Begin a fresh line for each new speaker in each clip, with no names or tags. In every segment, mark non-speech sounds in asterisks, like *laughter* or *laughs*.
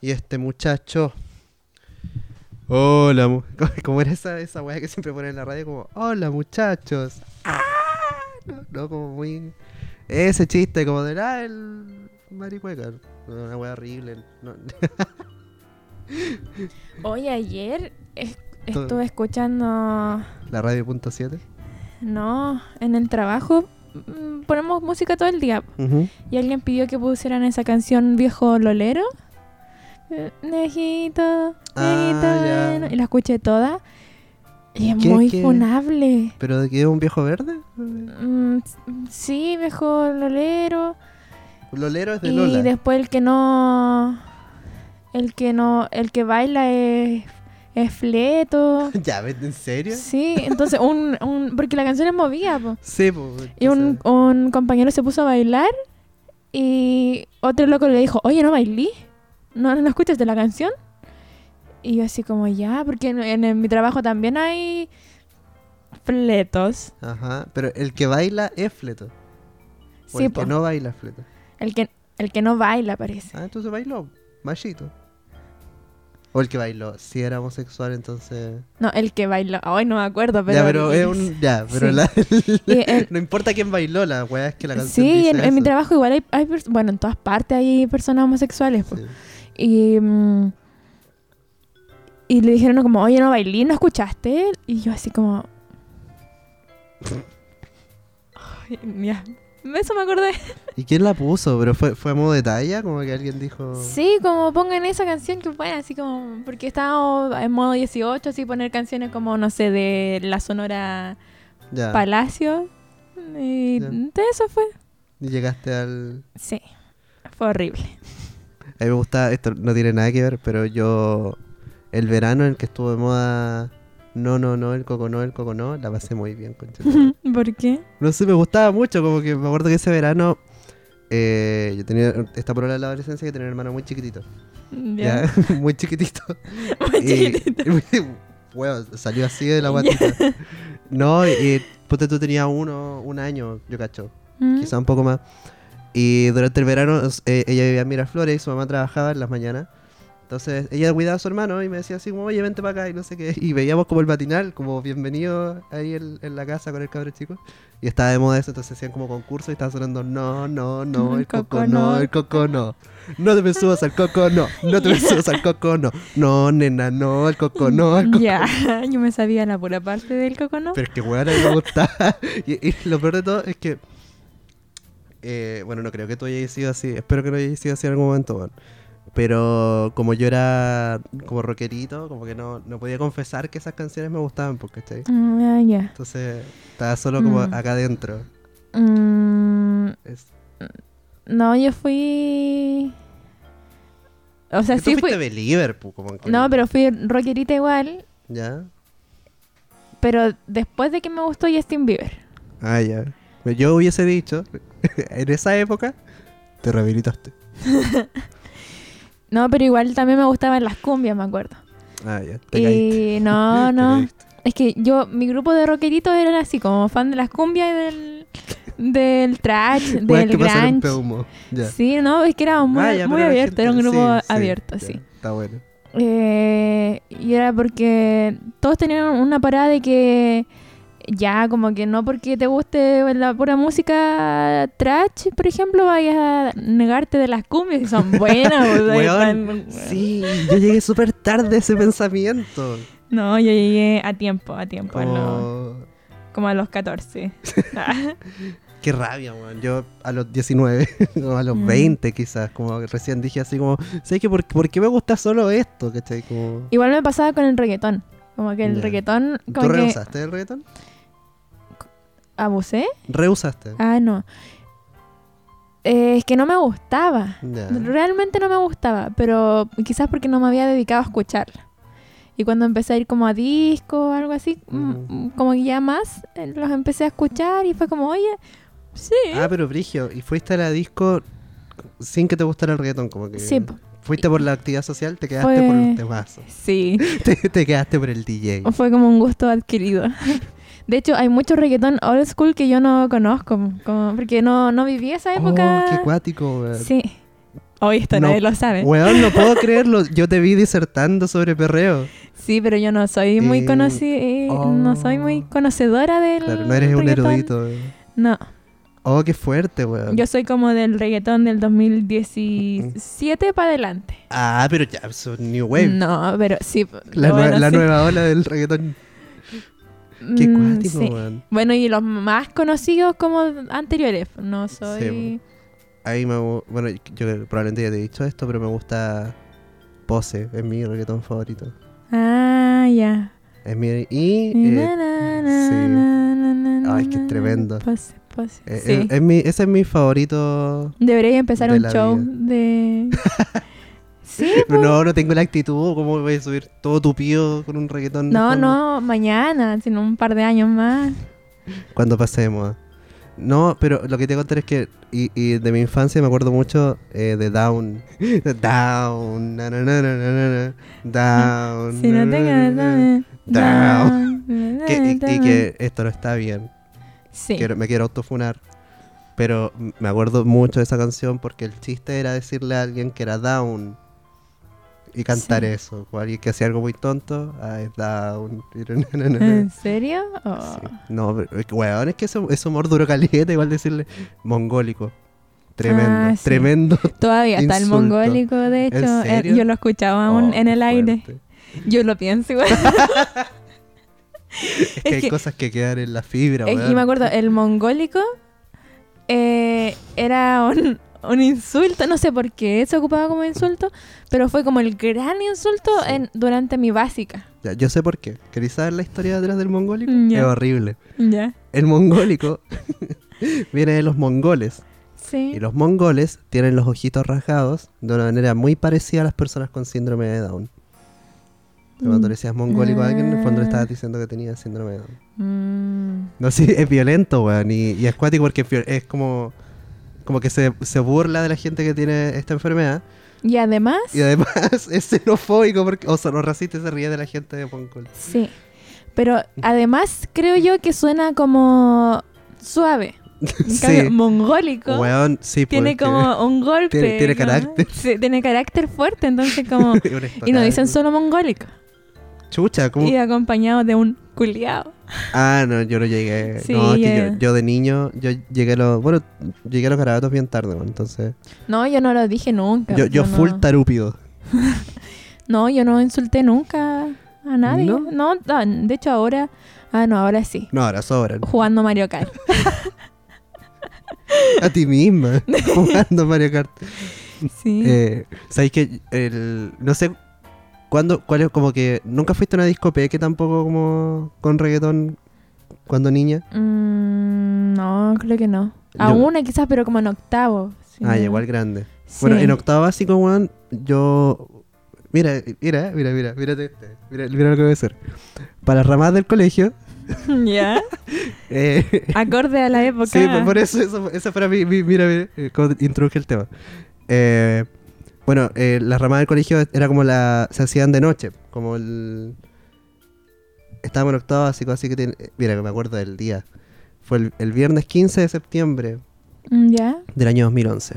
Y este muchacho. Hola, mu- *laughs* como era esa, esa weá que siempre ponen en la radio, como, hola muchachos. ¡Ah! No, no, como muy. Ese chiste, como de, ah, el maricueca. No, Una weá horrible. no- *laughs*
Hoy ayer es-
Todo.
estuve escuchando,
la radio punto siete.
no, en el trabajo mm, ponemos música todo el día y alguien pidió que pusieran esa canción viejo lolero. Eh, Viejito, viejito,
Ah, ya.
bueno, y la escuché toda. Y es
¿Qué-
muy
qué?
funable.
¿Pero de que es un viejo verde?
Mm, s- sí, viejo lolero.
Lolero es de
Y
Lola.
después el que no. El que no. El que baila es. Es fleto.
*laughs* ¿Ya ves? ¿En serio?
Sí, entonces un, un. Porque la canción es movida, po.
Sí, pues.
Y un, un compañero se puso a bailar. Y otro loco le dijo: Oye, no bailí. No, no escuchas de la canción. Y yo, así como ya, porque en, en- en mi trabajo también hay. Fletos.
Ajá, pero el que baila es fleto. O
sí,
el
po.
que no baila es fleto.
El, que, el que no baila, parece.
Ah, entonces bailó, machito. O el que bailó, si era homosexual, entonces.
No, el que baila. Hoy no me acuerdo, pero.
ya, pero es
*laughs*
un. Ya, pero
Sí.
*laughs* la-
Y el-
no importa quién bailó, la weá es que la canción.
Sí,
dice
en, en mi
eso.
trabajo igual hay, hay pers- bueno, en todas partes hay personas homosexuales. po.
Sí.
Y, mm, y le dijeron como, oye, no bailé, ¿no escuchaste? Y yo así como... Ay, ya. Eso me acordé.
¿Y quién la puso? ¿Pero fue, fue a modo de talla? Como que alguien dijo.
Sí, como pongan esa canción que buena, así como... Porque estábamos en modo 18, así poner canciones como, no sé, de la Sonora
Ya.
Palacio. Y
Ah. Ya.
de eso fue.
Y llegaste al.
Sí, fue horrible.
A mí me gustaba, esto no tiene nada que ver, pero yo. El verano en el que estuvo de moda. No, no, no, el coco no, el coco no, la pasé muy bien,
*laughs*
conchetumare.
¿Por qué?
No sé, me gustaba mucho, como que me acuerdo que ese verano eh, yo tenía esta prueba de la adolescencia que tenía un hermano muy chiquitito.
Ya. *laughs*
Ya, *laughs* muy chiquitito.
Muy
Y-
chiquitito.
*laughs* y, bueno, salió así de la
*laughs*
guatita. no, y, y ponte tú tenía uno, un año, yo cacho,
Mm.
quizá un poco más. Y durante el verano s- eh, ella vivía en Miraflores y su mamá trabajaba en las mañanas. Entonces ella cuidaba a su hermano y me decía así como, oye, vente para acá y no sé qué. Y veíamos como el matinal, como bienvenido ahí en, en la casa con el cabro chico. Y estaba de moda eso, entonces hacían como concurso y estaba sonando, no, no, *laughs* no, el coco no, el coco no. No te me subas al coco no, no te *laughs* me subas al coco no. No, nena, no, el coco no, el coco
Ya, *laughs* yo me sabía la pura parte del coco, ¿no?
pero es que weón, a mí me gustaba. *laughs* Y, y lo peor de todo es que. eh, bueno, no creo que tú hayas sido así. Espero que no hayas sido así en algún momento, weón. Pero como yo era como rockerito, como que no, no podía confesar que esas canciones me gustaban, porque estoy.
Mm, ah, ya.
Entonces estaba solo como
Mm.
acá adentro.
Mm,
Es-
no, yo fui. O sea,
Que tú
sí
fuiste
fui.
de Liverpool, como que.
No, pero fui rockerita igual.
Ya.
Pero después de que me gustó Justin Bieber.
Ah, ya. Yo hubiese dicho, *laughs* en esa época, te rehabilitaste.
No, pero igual también me gustaban las cumbias, me acuerdo.
Ah, ya. Te caíste.
Y Eh,
*laughs*
no,
Te
no.
caíste.
Es que yo, mi grupo de rockeritos eran así, como fan de las cumbias y del, del trash,
Weas
del
que pasan en
grunge.
Peumo. Ya.
Sí, no, es que era muy,
Ah, ya,
muy
pero la
abierto,
gente-
era un grupo
sí, sí,
abierto,
ya,
sí.
Está bueno.
Eh, y era porque todos tenían una parada de que ya, como que no porque te guste la pura música trash, por ejemplo, vayas a negarte de las cumbias si
*laughs*
son buenas. o sea,
Weón,
están-
Sí, yo llegué súper tarde a
*laughs*
ese pensamiento.
No, yo llegué a tiempo, a tiempo, a los-
Como-
como a
*laughs*
los Ah. 14.
Qué rabia, weón. Yo a los *laughs* 19, o a los
Mm.
20 quizás, como que recién dije así como, sé que por, por qué me gusta solo esto? ¿Cachai? Como...
Igual me pasaba con el reggaetón. Como que el
Ya.
reggaetón,
¿Tú
como que
rehusaste el reggaetón?
abusé.
Rehusaste.
Ah, no. Eh, es que no me gustaba.
Ya.
Realmente no me gustaba, pero quizás porque no me había dedicado a escucharla. Y cuando empecé a ir como a disco o algo así, mm,
Ujú.
mm, como que ya más, eh, los empecé a escuchar y fue como, oye, sí.
Ah, pero Brigio, ¿y fuiste a la disco sin que te gustara el reggaetón? Como que...
Sí, po.
Fuiste por la actividad social, te quedaste por
Fue-
el temazo. *laughs*
sí.
Te, te quedaste por el DJ.
*laughs* Fue como un gusto adquirido. *laughs* De hecho, hay mucho reggaetón old school que yo no conozco, como- porque no, no viví esa
Oh,
época.
qué cuático, weón.
sí. Hoy esto
No.
nadie lo sabe.
Weón, no
*laughs*
puedo creerlo. Yo te vi disertando sobre perreo.
Sí, pero yo no soy muy
Eh,
conocida, no soy muy
oh.
conocedora del
Claro, no eres un
reggaetón.
erudito. weón.
No,
Oh, qué fuerte, weón.
yo soy como del reggaetón del 2017 para adelante.
Ah, pero ya, son New Wave.
No, pero sí.
La, nue-
bueno,
la
sí.
nueva ola del reggaetón. Qué
Mm,
cuático,
sí.
weón.
Bueno, y los más conocidos como anteriores. No soy.
Sí. A mí me gu- Bueno, yo creo- probablemente ya te he dicho esto, pero me gusta Pose. Es mi reggaetón favorito.
Ah, ya.
Es mi... Y... eh,
Na, na, na,
sí.
na, na, na,
Ay, qué
na, na.
tremendo.
Pose, pose.
eh,
Sí.
eh, es mi, ese es mi favorito...
Debería empezar
de
un
la
show
vida. *laughs*
de. sí, pues. po.
No, no tengo la actitud. ¿Cómo voy a subir todo tupido con un reggaetón? de
No,
fondo?
no, mañana, sino un par de años más.
cuando pasé de moda. No, pero lo que te contar es que y, y de mi infancia me acuerdo mucho eh, de Down. *laughs* Down, na, na, na, na, na, na, na, Down.
Si no
na,
te
na, na,
quedas,
na, na.
dame,
Down.
dame,
Que- y, y
dame.
que esto no está bien.
Sí.
Quiero- me quiero autofunar. Pero m- me acuerdo mucho de esa canción porque el chiste era decirle a alguien que era Down. Y cantar
Sí.
eso. O alguien que hacía algo muy tonto. Ah, es
*laughs*
Down. *laughs* na, na, na, na.
¿En serio? Oh.
Sí. Ah. No, pero, es que, weón, es que ese, ese humor duro caliente, igual decirle mongólico. Tremendo,
Ah, sí.
tremendo.
Todavía está el
Insulto.
mongólico, de
¿En
hecho. eh,
serio?
Yo lo escuchaba
Oh,
aún en
qué
el aire.
fuerte.
Yo lo pienso igual. *laughs*
Es que hay
que-
cosas que quedan en la fibra,
Eh,
weón.
y me acuerdo, el mongólico eh, era un, un insulto, no sé por qué se ocupaba como insulto, pero fue como el gran insulto
Sí.
en, durante mi básica.
Ya, yo sé por qué. ¿Queréis saber la historia detrás del mongólico?
Mm, Ya.
Es horrible.
¿Ya?
El mongólico *laughs* viene de los mongoles.
Sí.
Y los mongoles tienen los ojitos rasgados de una manera muy parecida a las personas con síndrome de Down. Cuando le decías mongólico a alguien, en el
Ah.
fondo le estabas diciendo que tenía síndrome de Down.
Mm.
No, sí, es violento, weón. Y, y es cuático porque es viol- es como. Como que se, se burla de la gente que tiene esta enfermedad.
Y además,
Y además *laughs* es xenofóbico porque, o sea, los racistas se ríen de la gente de Mongol.
sí. Pero además creo yo que suena como suave.
*laughs*
En cambio,
Sí,
mongólico.
weón, sí,
Tiene
porque- *laughs*
como un golpe.
tiene- tiene
¿no?
carácter.
*laughs* Sí, tiene carácter fuerte,
*laughs*
entonces como...
una
Y no
estocada,
dicen solo mongólico.
Chucha, como.
Y acompañado de un culiao.
Ah, no, yo no llegué.
Sí,
no, es que
ya.
yo, yo de niño, yo llegué a los. Bueno, llegué a los garabatos bien tarde, weón, Entonces.
No, yo no lo dije nunca.
Yo, yo
no-
full tarúpido.
No, yo no insulté nunca a nadie.
¿No?
No, no, de hecho ahora... Ah, no, ahora sí.
No, ahora
*laughs*
sobran.
Jugando Mario
*laughs*
Kart.
A ti misma. *laughs* jugando Mario Kart.
Sí.
Eh, ¿Sabéis que el, no sé cuándo, cuál es como que nunca fuiste a una discoteca tampoco como con reggaetón cuando niña?
Mm, no, creo que no. A
Yo-
una quizás, pero como en octavo. sí.
Ah, ya, igual grande.
Sí.
Bueno, en octavo básico, weón, yo mira, mira, eh, mira, mira, mírate este, mira, mira lo que voy a hacer. Para las ramas del colegio,
*laughs* Ya.
eh,
Acorde a la
*laughs*
época.
Sí, por- por eso, eso, esa fue mi, mi- mira, mira, eh, cómo introduje el tema. Eh, bueno, eh, las ramas del colegio era como la, se hacían de noche, como el, estábamos en octavo básico, así que, tiene- eh, mira, que me acuerdo del día. Fue el, el viernes 15 de septiembre
Mm, Ya.
del año 2011.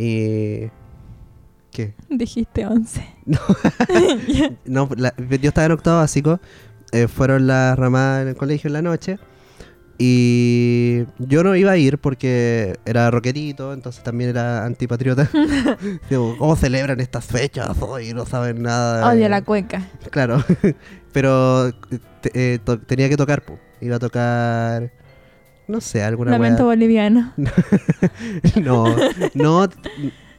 Y... ¿Qué?
Dijiste once.
*laughs* No.
*laughs* Ya.
No, la- yo estaba en octavo básico. eh, fueron las ramadas en el colegio en la noche. Y yo no iba a ir porque era roquerito, entonces también era
*laughs*
antipatriota. *laughs* Digo, ¿cómo celebran estas fechas? Hoy no saben nada.
Odio la cueca.
*laughs* Claro. Pero te- eh, to- tenía que tocar, po. Iba a tocar. No sé, alguna wea.
Lamento boliviano.
*laughs* No, no. t-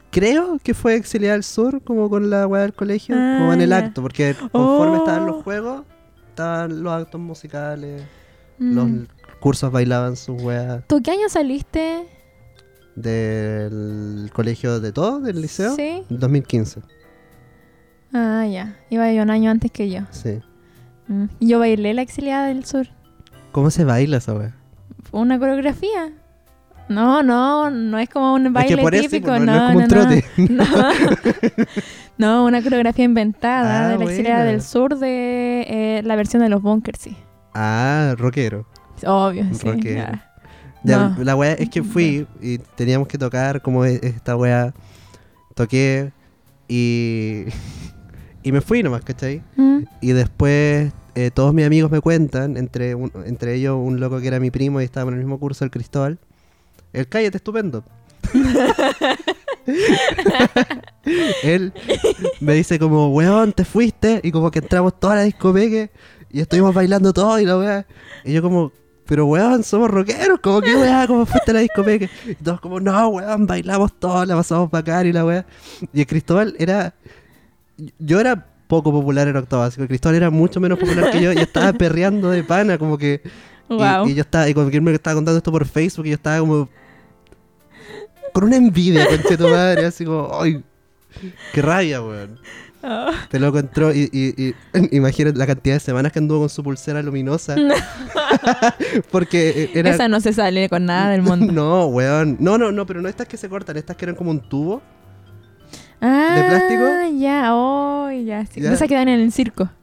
Creo que fue exiliada al sur, como con la weá del colegio,
Ah,
como en el
ya.
acto, porque conforme estaban
Oh.
los juegos, estaban los actos musicales, *laughs*
Mm.
los cursos bailaban sus weas
¿Tú qué año saliste?
del colegio de todos, del liceo.
Sí.
2015,
Ah, ya. Iba yo un año antes que yo.
sí.
Mm. Yo bailé la exiliada del sur.
¿Cómo se baila esa wea?
Fue una coreografía. No, no, no es como un baile
por eso,
típico,
pues, no-
no,
no es como un trote.
no. *laughs*
*laughs*
No, una coreografía inventada
Ah,
de la exiliada
buena.
del sur de eh, la versión de los bunkers, sí.
Ah, rockero.
Obvio, sí.
Rockero.
ah.
Ya,
No. *laughs*
La wea es que fui y teníamos que tocar como e- esta wea toqué y, *laughs* y me fui nomás, ¿cachai?
Mm.
Y después eh, todos mis amigos me cuentan, entre, un- entre ellos un loco que era mi primo y estábamos en el mismo curso, el Cristóbal. El cállate estupendo. *laughs* Él me dice como, weón, te fuiste. Y como que entramos toda la discoteca y estuvimos bailando todo y la weá. Y yo como, pero weón, somos rockeros, como que weá, como fuiste a la discoteca. Y todos como, no, weón, bailamos todo, la pasamos bacán y la weá. Y el Cristóbal era, yo era poco popular en octavo básico. El Cristóbal era mucho menos popular que yo y
*laughs*
estaba perreando de pana, como que... Y-
Wow.
Y, yo estaba, y cuando él me estaba contando esto por Facebook, y yo estaba como. Con una envidia, conche tu madre, así como, ¡ay! ¡Qué rabia, weón!
Oh.
Te loco entró y, y, *laughs* y imagínate la cantidad de semanas que anduvo con su pulsera luminosa. *laughs* Porque eh, era.
Esa no se sale con nada del mundo.
*laughs* No, weón. No, no, no, pero no estas que se cortan, estas que eran como un tubo.
Ah,
¿De plástico?
Ya, oh, ya. Sí.
Ya.
Esas quedan en el circo.
*laughs*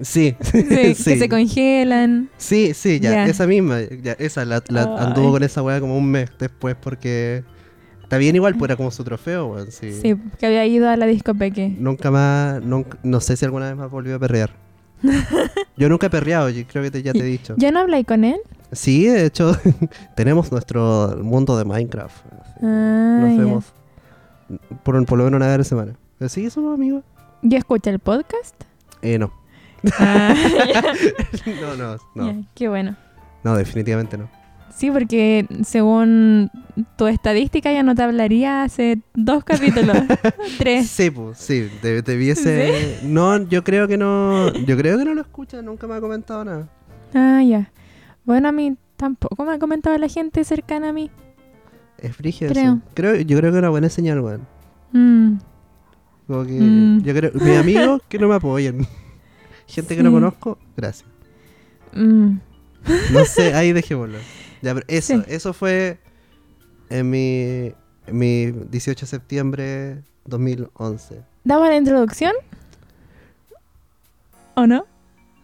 Sí,
Sí,
sí,
Que
sí.
se congelan.
Sí, sí, ya,
Ya. Oh,
esa misma. Ya, esa la, la
Ay.
anduvo con esa weá como un mes después porque. Está bien igual, pues era como su trofeo, weón. Sí.
Sí, que había ido a la discoteca.
Nunca más, nunca- no sé si alguna vez más volvió a
*laughs*
perrear. Yo nunca he perreado, yo creo que te- ya te he dicho.
¿Ya no habláis con él?
Sí, de hecho, *laughs* tenemos nuestro mundo de Minecraft. así.
Ah,
Nos
ya.
vemos por, un- por lo menos una vez a la semana. Pero sí, somos amigos.
¿Ya escucha
*laughs*
el podcast?
Eh, no.
Ah, ya,
no, no, no.
ya, Qué bueno.
No, definitivamente no.
Sí, porque según tu estadística ya no te hablaría hace dos capítulos,
*laughs*
tres.
Sí, pues, sí, te- debiese... No, yo creo que no... Yo creo que no lo escucha, nunca me ha comentado nada.
Ah, ya. Bueno, a mí tampoco me ha comentado la gente cercana a mí.
Es frígido
Creo.
eso. creo. Yo creo que era buena señal, weón.
Mm,
Como que
Mm.
yo creo, mis amigos que no me apoyan. *laughs* Gente que no
Sí.
conozco, gracias.
mm.
No sé, ahí dejémoslo. Ya, pero eso,
Sí.
eso fue en mi, en mi 18 de septiembre 2011.
¿Damos la introducción? ¿O no?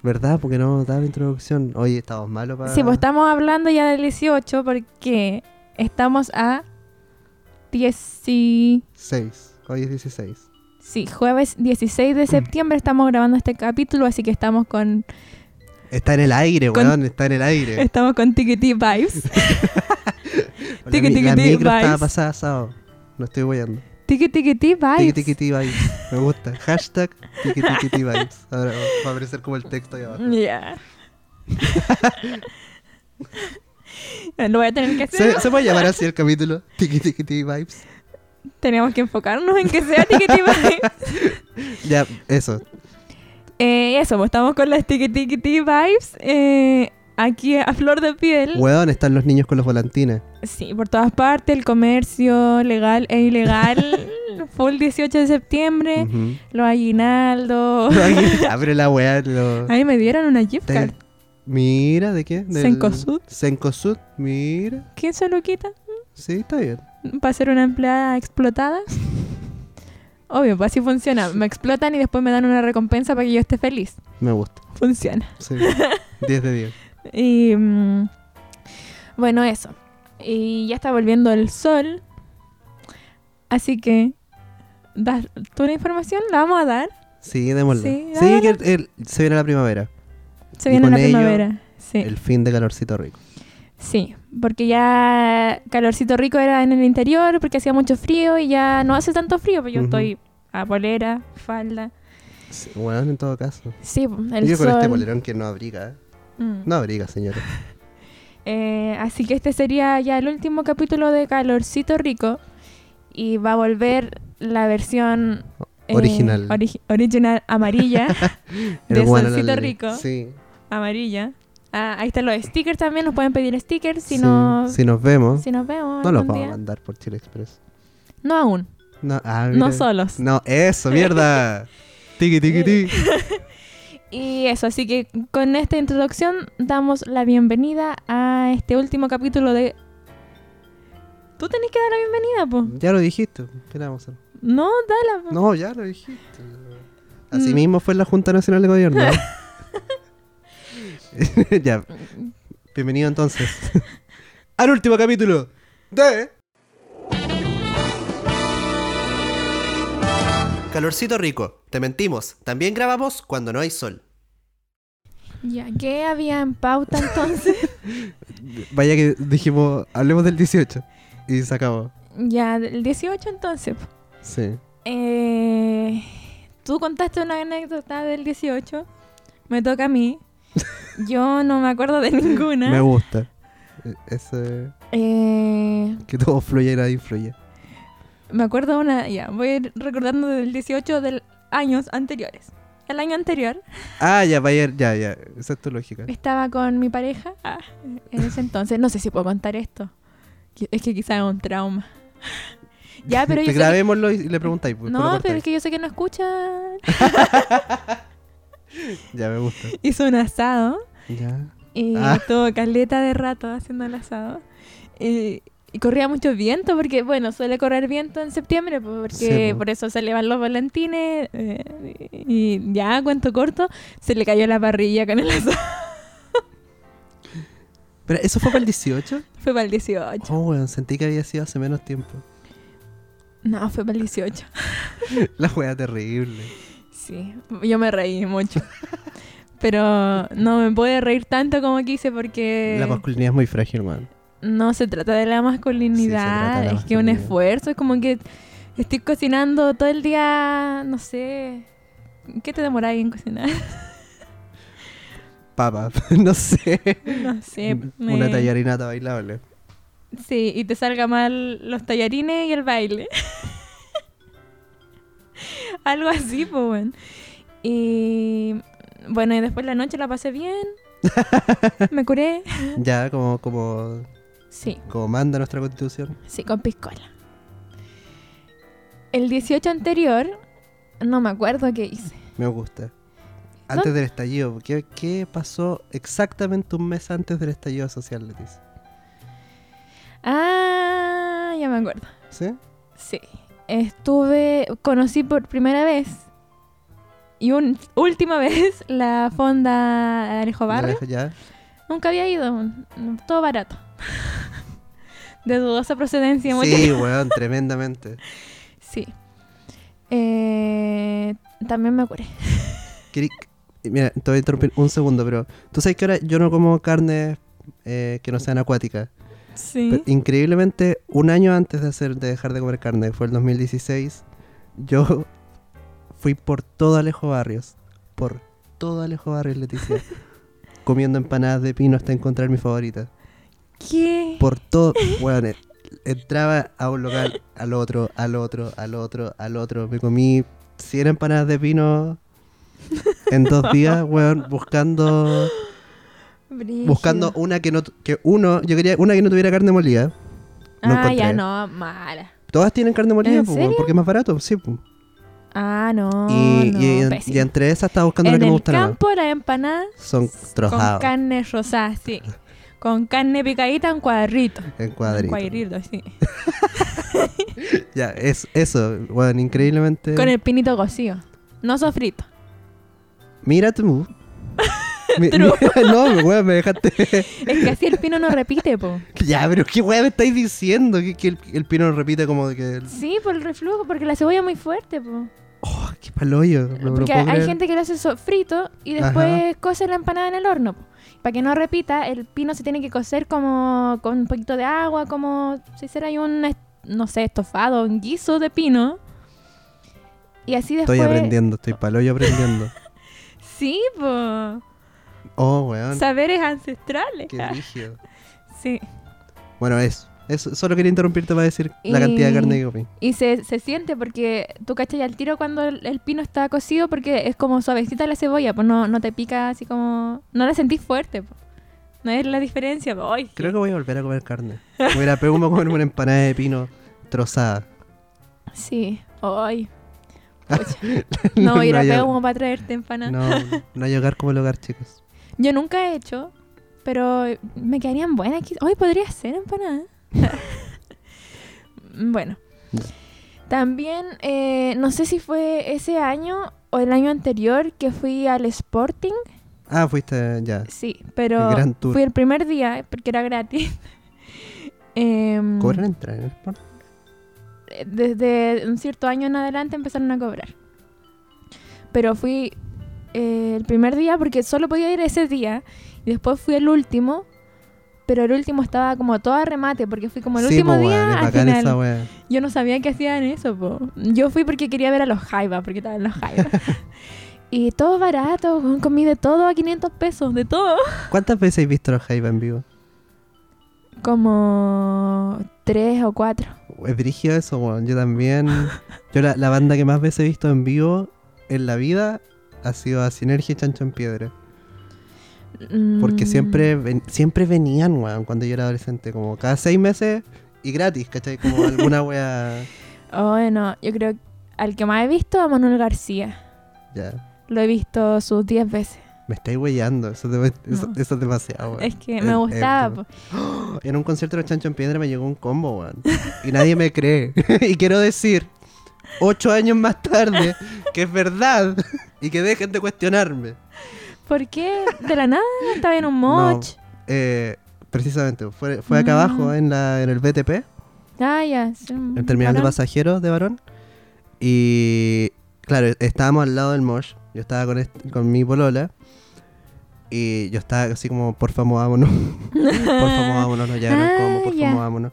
¿Verdad? Porque no daba introducción. Oye, estamos malos para...
Sí, pues estamos hablando ya del 18 porque estamos a 10... Sí,
6. Hoy es 16.
sí, jueves 16 de septiembre estamos grabando este capítulo, así que estamos con
Está en el aire,
Con-
weón, está en el
*laughs*
aire.
Estamos con Tiquití Vibes.
La,
tiqui,
mi- la
tiqui,
micro estaba
vibes.
pasada sábado. No estoy guayando.
Tiqui
Tiki
Tiquití Vibes.
tiki vibes. Me gusta. Hashtag tiki tiki vibes. Ahora va a aparecer como el texto ahí abajo.
Ya. *laughs* Lo voy a tener que hacer.
¿Se, se puede llamar así el capítulo? Tiki tiki tiki vibes.
Tenemos que enfocarnos en que sea *laughs* Tiquití Vibes.
Ya, eso.
Eh, eso, pues estamos con las Tiqui Tiquití Vibes. eh, aquí a flor de piel.
Weón, están los niños con los volantines.
Sí, por todas partes. El comercio legal e ilegal. Full 18 de septiembre.
Ujú.
Los
*laughs*
aguinaldos.
Ah, pero la weá. Lo...
A mí me dieron una gift
Te-
card.
Mira, ¿de qué? Del...
Cencosud.
Cencosud, mira.
¿Quién se lo quita?
Sí, está bien.
para ser una empleada explotada. Obvio, pues así funciona. Me explotan y después me dan una recompensa para que yo esté feliz.
Me gusta.
Funciona. *laughs*
Sí. 10 de 10.
Y mm, bueno, eso. Y ya está volviendo el sol. Así que, ¿das tú la información? ¿La vamos a dar?
Sí, démosle.
Sí,
Sí,
dale.
que el- el- se viene la primavera.
Se
Y
viene
con
la
ello,
primavera. Sí.
El fin de calorcito rico.
sí, porque ya calorcito rico era en el interior, porque hacía mucho frío y ya no hace tanto frío, pero yo
Ujú.
estoy a polera, falda.
Sí, weón, en todo caso.
Sí, el
Yo
sol.
con este bolerón que no abriga. ¿eh?
Mm.
No abriga,
*laughs*
señores.
Eh, así que este sería ya el último capítulo de Calorcito Rico y va a volver la versión eh,
Original.
origi- original amarilla *laughs*
El
de
one and
Solcito
only.
Rico.
Sí.
Amarilla. Ah, ahí están los stickers también, nos pueden pedir stickers si
Sí.
no
Si nos vemos,
si nos vemos.
no los
algún
vamos a
día.
mandar por Chile Express.
No aún,
No, ah, mira.
no solos.
No, eso,
*laughs*
mierda. tiki, tiki, tiki.
Y eso, así que con esta introducción damos la bienvenida a este último capítulo de Tú tenés que dar la bienvenida, po.
Ya lo dijiste. ¿Qué le vamos a hacer?
No, dala. po.
No, ya lo dijiste. Así
Mm.
mismo fue en la Junta Nacional de Gobierno. *laughs* ya. Bienvenido entonces *laughs* al último capítulo de. calorcito rico. Te mentimos. También grabamos cuando no hay sol.
Ya, ¿qué había en pauta entonces?
Vaya que dijimos, hablemos del 18. Y se acabó.
*laughs* ya, el 18 entonces. po.
Sí.
Eh, Tú contaste una anécdota del 18. Me toca a *laughs* mí. Yo no me acuerdo de
Me
ninguna.
gusta. E- Ese.
Eh,
Que todo fluye y nada influye.
me acuerdo de una, ya, voy a ir recordando del 18 de años anteriores. El año anterior
Ah, ya, vaya, ya, ya. Esa es tu lógica.
estaba con mi pareja ah, en ese entonces. No sé si puedo contar esto. Qui- Es que quizás es un trauma.
*laughs*
Ya, pero yo
Te
sé que-
grabémoslo y le preguntáis. pues,
No,
lo
pero
cortáis.
es que yo sé que no escucha. *laughs*
*laughs* Ya me gusta.
Hizo un asado
Ya.
y
Ah.
estuvo caleta de rato haciendo el asado. Y, y corría mucho viento porque, bueno, suele correr viento en septiembre po, porque
Sí, po.
por eso se le van los volantines. eh, y ya, cuento corto, se le cayó la parrilla con el asado. *laughs*
Pero eso fue para el 18?
Fue para el 18.
Oh, weón, sentí que había sido hace menos tiempo. *laughs*
No, fue para el 18.
La wea terrible.
Sí, yo me reí mucho. Pero no me pude reír tanto como quise porque...
La masculinidad es muy frágil, weón.
No se trata de la masculinidad,
de la
es que un
masculinidad.
esfuerzo, es como que estoy cocinando todo el día, no sé, ¿qué te demoráis en cocinar? *laughs*
Papa, *laughs* no sé.
No sé.
Una
me-
tallarinata bailable.
Sí, y te salga mal los tallarines y el baile. *laughs* Algo así, pues bueno. Y bueno, y después la noche la
*laughs*
pasé bien, me curé.
Ya, como, como,
Sí,
como manda nuestra constitución.
Sí, con piscola. El 18 anterior, no me acuerdo qué hice.
Me gusta. Antes del estallido, ¿qué, qué pasó exactamente un mes antes del estallido social, Leticia?
Ah, ya me acuerdo.
¿Sí?
Sí. Estuve, conocí por primera vez y un, última *laughs* vez la fonda Arejo
¿La
Barrio.
dejo ya?
Nunca había ido, mm, todo barato. De dudosa procedencia.
Sí,
mucha-
weón, tremendamente.
*laughs* sí. Eh, también me curé.
Querí- Mira, te voy a interrumpir un segundo, pero tú sabes que ahora yo no como carne eh, que no sean acuáticas. Pero
Sí.
increíblemente, un año antes de, hacer, de dejar de comer carne, que fue el 2016, yo *laughs* fui por todo Alejo Barrios. Por todo Alejo Barrios, Leticia. comiendo empanadas de pino hasta encontrar mi favorita.
¿Qué?
Por todo. Bueno, entraba a un local, al otro, al otro, al otro, al otro. Me comí 100 empanadas de pino. En
*laughs*
dos días, weón, buscando buscando
Brígido.
una que no tu- que uno, yo quería una que no tuviera carne molida. No
ah, ya
encontré.
no, mala.
Todas tienen carne molida,
¿En
po, weón,
serio?
porque es más barato, sí. po.
Ah, no.
y,
no,
y en-
pésimo.
y entre esas estaba buscando
en
la que me
el
gusta más.
campo la empanada
Son
con
trozados
carne rosada,
*laughs*
sí. Con carne picadita en cuadrito.
en
En
cuadritos.
cuadrito, sí.
Ya, es, eso, weón, increíblemente.
Con el pinito cocido. No sofrito.
Mira
*laughs*
tú. Mi-
True.
mi- *laughs* no, weón, me dejaste. *laughs*
Es que así el pino no repite, po.
ya, pero qué weón me estáis diciendo que, que el, el pino repite como que. el-
Sí, por el reflujo, porque la cebolla es muy fuerte, po.
Oh, qué paloyo. no me lo
porque
puedo
hay
creer.
gente que lo hace sofrito y después coce la empanada en el horno. po. Para que no repita, el pino se tiene que cocer como con un poquito de agua, como si hiciera ahí un, est- no sé, estofado, un guiso de pino. Y así después...
Estoy aprendiendo, estoy paloyo
*laughs*
aprendiendo.
Sí, po.
Oh, weón.
Saberes ancestrales.
Ah. Qué
Ah,
rígido.
Sí.
Bueno, eso. eso. Solo quería interrumpirte para decir la cantidad de
Y-
carne que comí.
Y se, se siente porque tú cachas al tiro cuando el, el pino está cocido porque es como suavecita la cebolla, pues no, no te pica así como... No la sentís fuerte, po. No es la diferencia, po. Ay,
Creo que voy a volver a comer carne. Me hubiera pegado como comer una empanada de pino trozada.
Sí,
*laughs*
ay. Pucha. *laughs* No, ir a
hay-
pegar como para traerte empanada.
No, no hay hogar como el hogar, chicos.
Yo nunca he hecho, pero me quedarían buenas. quiz- Hoy podría ser empanada. *laughs* bueno.
Ya.
También, eh, no sé si fue ese año o el año anterior que fui al Sporting.
Ah, fuiste ya.
Sí, pero
El gran tour.
fui el primer día eh, porque era gratis. *laughs* Em,
¿Cobran entrar en el sport?
desde un cierto año en adelante empezaron a cobrar. pero fui eh, el primer día porque solo podía ir ese día. Y después fui el último, pero el último estaba como todo a remate porque fui como el
Sí,
último
po,
día
weón, es
al
bacán
final.
esa weá.
Yo no sabía que hacían eso, po. Yo fui porque quería ver a los Jaivas, porque estaban
*laughs*
los Jaivas. y todo barato, weón, comí de todo a 500 pesos, de todo.
¿Cuántas veces has visto a los Jaiba en vivo?
Como tres o cuatro.
Es brígido eso, weón. Yo también. Yo la, la banda que más veces he visto en vivo en la vida ha sido a Sinergia y Chancho en Piedra. Porque
Mm,
siempre, ven- siempre venían, weón, cuando yo era adolescente. Como cada seis meses y gratis, ¿cachai?
*laughs*
Como alguna wea.
Oh, no, yo creo que al que más he visto a Manuel García.
Ya.
Lo he visto sus 10 veces.
Me estáis weyando. Eso, es dem- eso-
No.
eso es demasiado, weón.
Es que
Es-
me
es
gustaba.
broma.
po.
En un concierto de los Chancho en Piedra me llegó un combo, weón. Y nadie me cree. *laughs* y quiero decir, ocho años más tarde, que es verdad. y que dejen de cuestionarme.
¿Por qué?
*laughs*
De la nada estaba en un moch.
Eh, precisamente, fue, fue acá
Mm.
abajo en, la, en el BTP,
Ah, ya. sí, un
el terminal de
varón.
pasajeros de Barón. Y claro, estábamos al lado del Mosh. Yo estaba con, est- con mi polola. Y yo estaba así como, por favor, vámonos. *laughs* por favor, vámonos, nos llevaron
Ah,
como, por
ya.
favor, vámonos.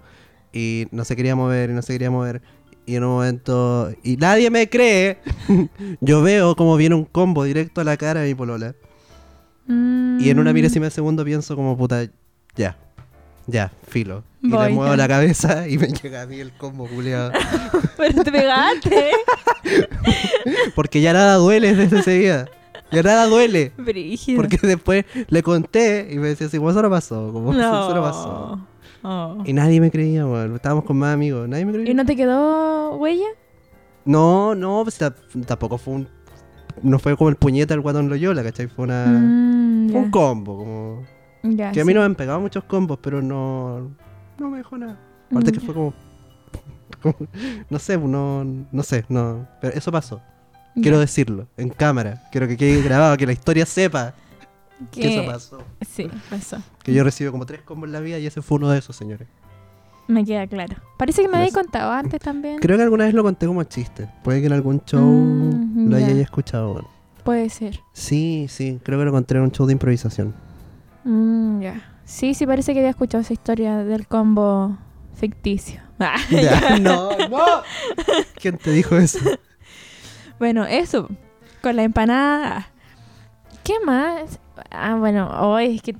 Y no se quería mover, y no se quería mover. Y en un momento, y nadie me cree, *laughs* yo veo como viene un combo directo a la cara de mi polola. Y en una
*laughs* Mm.
milésima de segundo pienso como puta, ya, ya, filo. Y
Voy,
le muevo
ya.
la cabeza y me *laughs* llega a mí el combo, culiado.
Pero
*laughs*
te pegaste.
Porque ya nada duele *laughs* desde ese día. Ya nada duele.
Brígido.
Porque después le conté y me decía así, "Bueno, eso no pasó, como *laughs* eso no pasó.
Oh.
Y nadie me creía, weón. Estábamos con más amigos, nadie me
¿Y
creía.
no te quedó huella?
No, no, pues, ta- tampoco fue un. No fue como el puñete al guatón Loyola, ¿cachai? Fue una.
Mm,
fue Ah, un
ya,
combo, como.
ya,
Que a mí
sí.
no me han pegado muchos combos, pero no. No me dejó nada. Aparte
Mm,
que fue como, *laughs* como- No sé, no, no sé, no. Pero eso pasó.
ya.
Quiero decirlo, en cámara. Quiero que quede grabado, que la historia sepa que,
Que-
eso pasó.
Sí, pasó.
Que yo recibo como tres combos en la vida y ese fue uno de esos, señores.
Me queda claro. Parece que me había
Gracias.
contado antes también.
Creo que alguna vez lo conté como chiste. Puede que en algún show
Mm,
lo
ya.
hayáis escuchado. bueno.
Puede ser.
Sí, sí, creo que lo conté en un show de *laughs* improvisación.
Mm, ya. Sí, sí, parece que había escuchado esa historia del combo ficticio. *laughs* Ah,
Ya, *laughs* no, no. ¿Quién te dijo eso?
bueno, eso. Con la empanada. ¿Qué más? Ah, bueno, hoy es que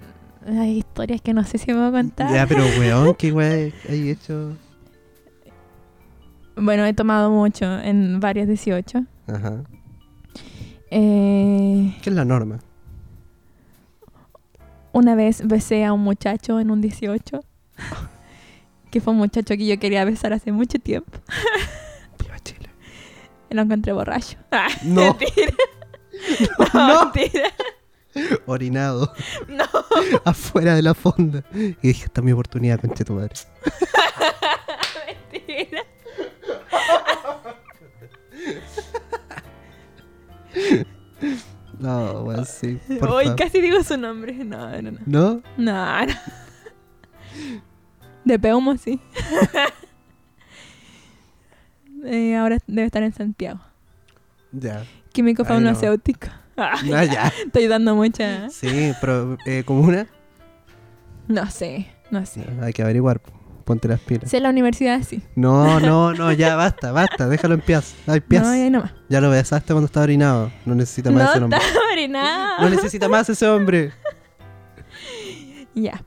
hay historias que no sé si me voy a contar.
Ya, pero weón, qué weón hay hecho.
Bueno, he tomado mucho en varios 18.
Ajá.
Eh,
¿Qué es la norma?
una vez besé a un muchacho en un 18. que fue un muchacho que yo quería besar hace mucho tiempo.
Viva Chile.
Lo encontré borracho. Ah,
No.
Mentira.
*laughs* No.
mentira.
Orinado. *laughs*
No.
afuera de la fonda. Y dije, esta es mi oportunidad, conche tu madre.
Mentira.
No, weón, sí. Por
Hoy
favor.
casi digo su nombre. No, no, no.
¿No?
No, no. De
*laughs*
Peumo, sí. Eh, ahora debe estar en Santiago.
Ya.
Químico
Ahí
farmacéutico. Ah,
No, *laughs* ya.
estoy dando mucha.
Sí, pero eh, comuna.
No sé, no sé.
Hay que averiguar. po. Ponte las pilas.
Sé la universidad, sí.
No, no, no, ya basta, basta. Déjalo en paz. Ay, paz.
No, y ahí nomás.
Ya lo besaste cuando estaba orinado. No necesita
No
más ese hombre.
está marinado.
No necesita más ese hombre.
Ya.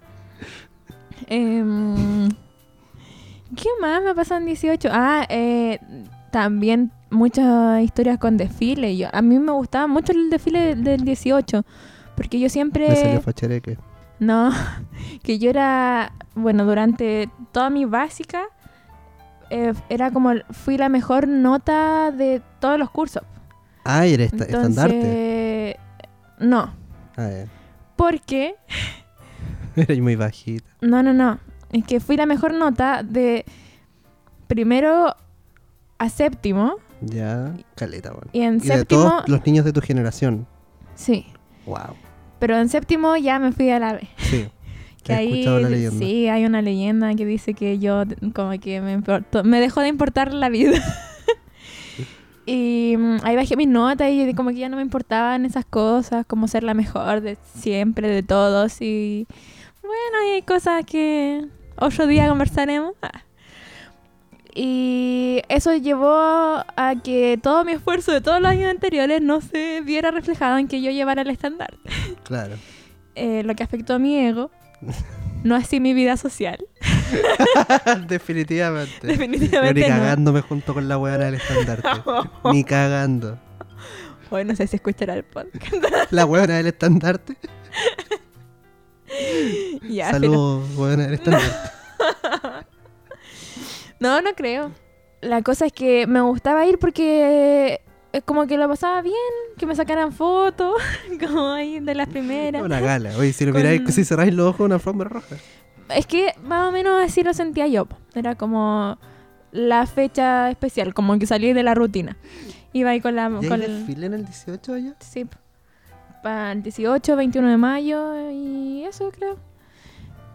Em, ¿Qué más me pasó en 18? Ah, eh, también muchas historias con desfile. Yo, a mí me gustaba mucho el desfile del 18. Porque yo
Me salió
siempre...
fachereque.
No, *laughs* que yo era... Bueno, durante toda mi básica... eh, era como... Fui la mejor nota de todos los cursos.
Ay, Ah, eres esta- estandarte.
Entonces... No,
Ah, ya. *laughs*
porque...
Eres muy bajita.
No, no, no. Es que fui la mejor nota de primero a séptimo.
Ya. Caleta, weón.
Y en
Y de
séptimo.
todos los niños de tu generación.
Sí.
Wow.
Pero en séptimo ya me fui a la B. *laughs*
Sí.
Que
he
ahí
escuchado la leyenda.
sí hay una leyenda que dice que yo t- como que me importó- me dejó de importar la vida. *laughs* Y mm, ahí bajé mis notas y como que ya no me importaban esas cosas, como ser la mejor de siempre, de todos. Y bueno, y hay cosas que otro día conversaremos. *laughs* Ah. Y eso llevó a que todo mi esfuerzo de todos los años anteriores no se viera reflejado en que yo llevara el estándar.
Claro. *laughs*
Eh, lo que afectó a mi ego, no así mi vida social.
Definitivamente. Pero ni
Definitivamente. no.
cagándome junto con la weona del estandarte.
*laughs*
ni cagando.
Hoy no sé si escuchará el podcast. *laughs*
La weona del estandarte.
ya, filo. *laughs*
Saludos, weona del estandarte.
No, no creo. La cosa es que me gustaba ir porque es como que lo pasaba bien, que me sacaran fotos, *laughs* como ahí de las primeras.
Una gala. Oye, si lo
Con-
miráis, si cerráis los ojos, una alfombra roja.
Es que más o menos así lo sentía yo. po. Era como la fecha especial, como que salí de la rutina. Iba ahí con la...
¿Y hay
Con el,
desfile en el 18 allá?
sí, para el 18, 21 de mayo y eso creo.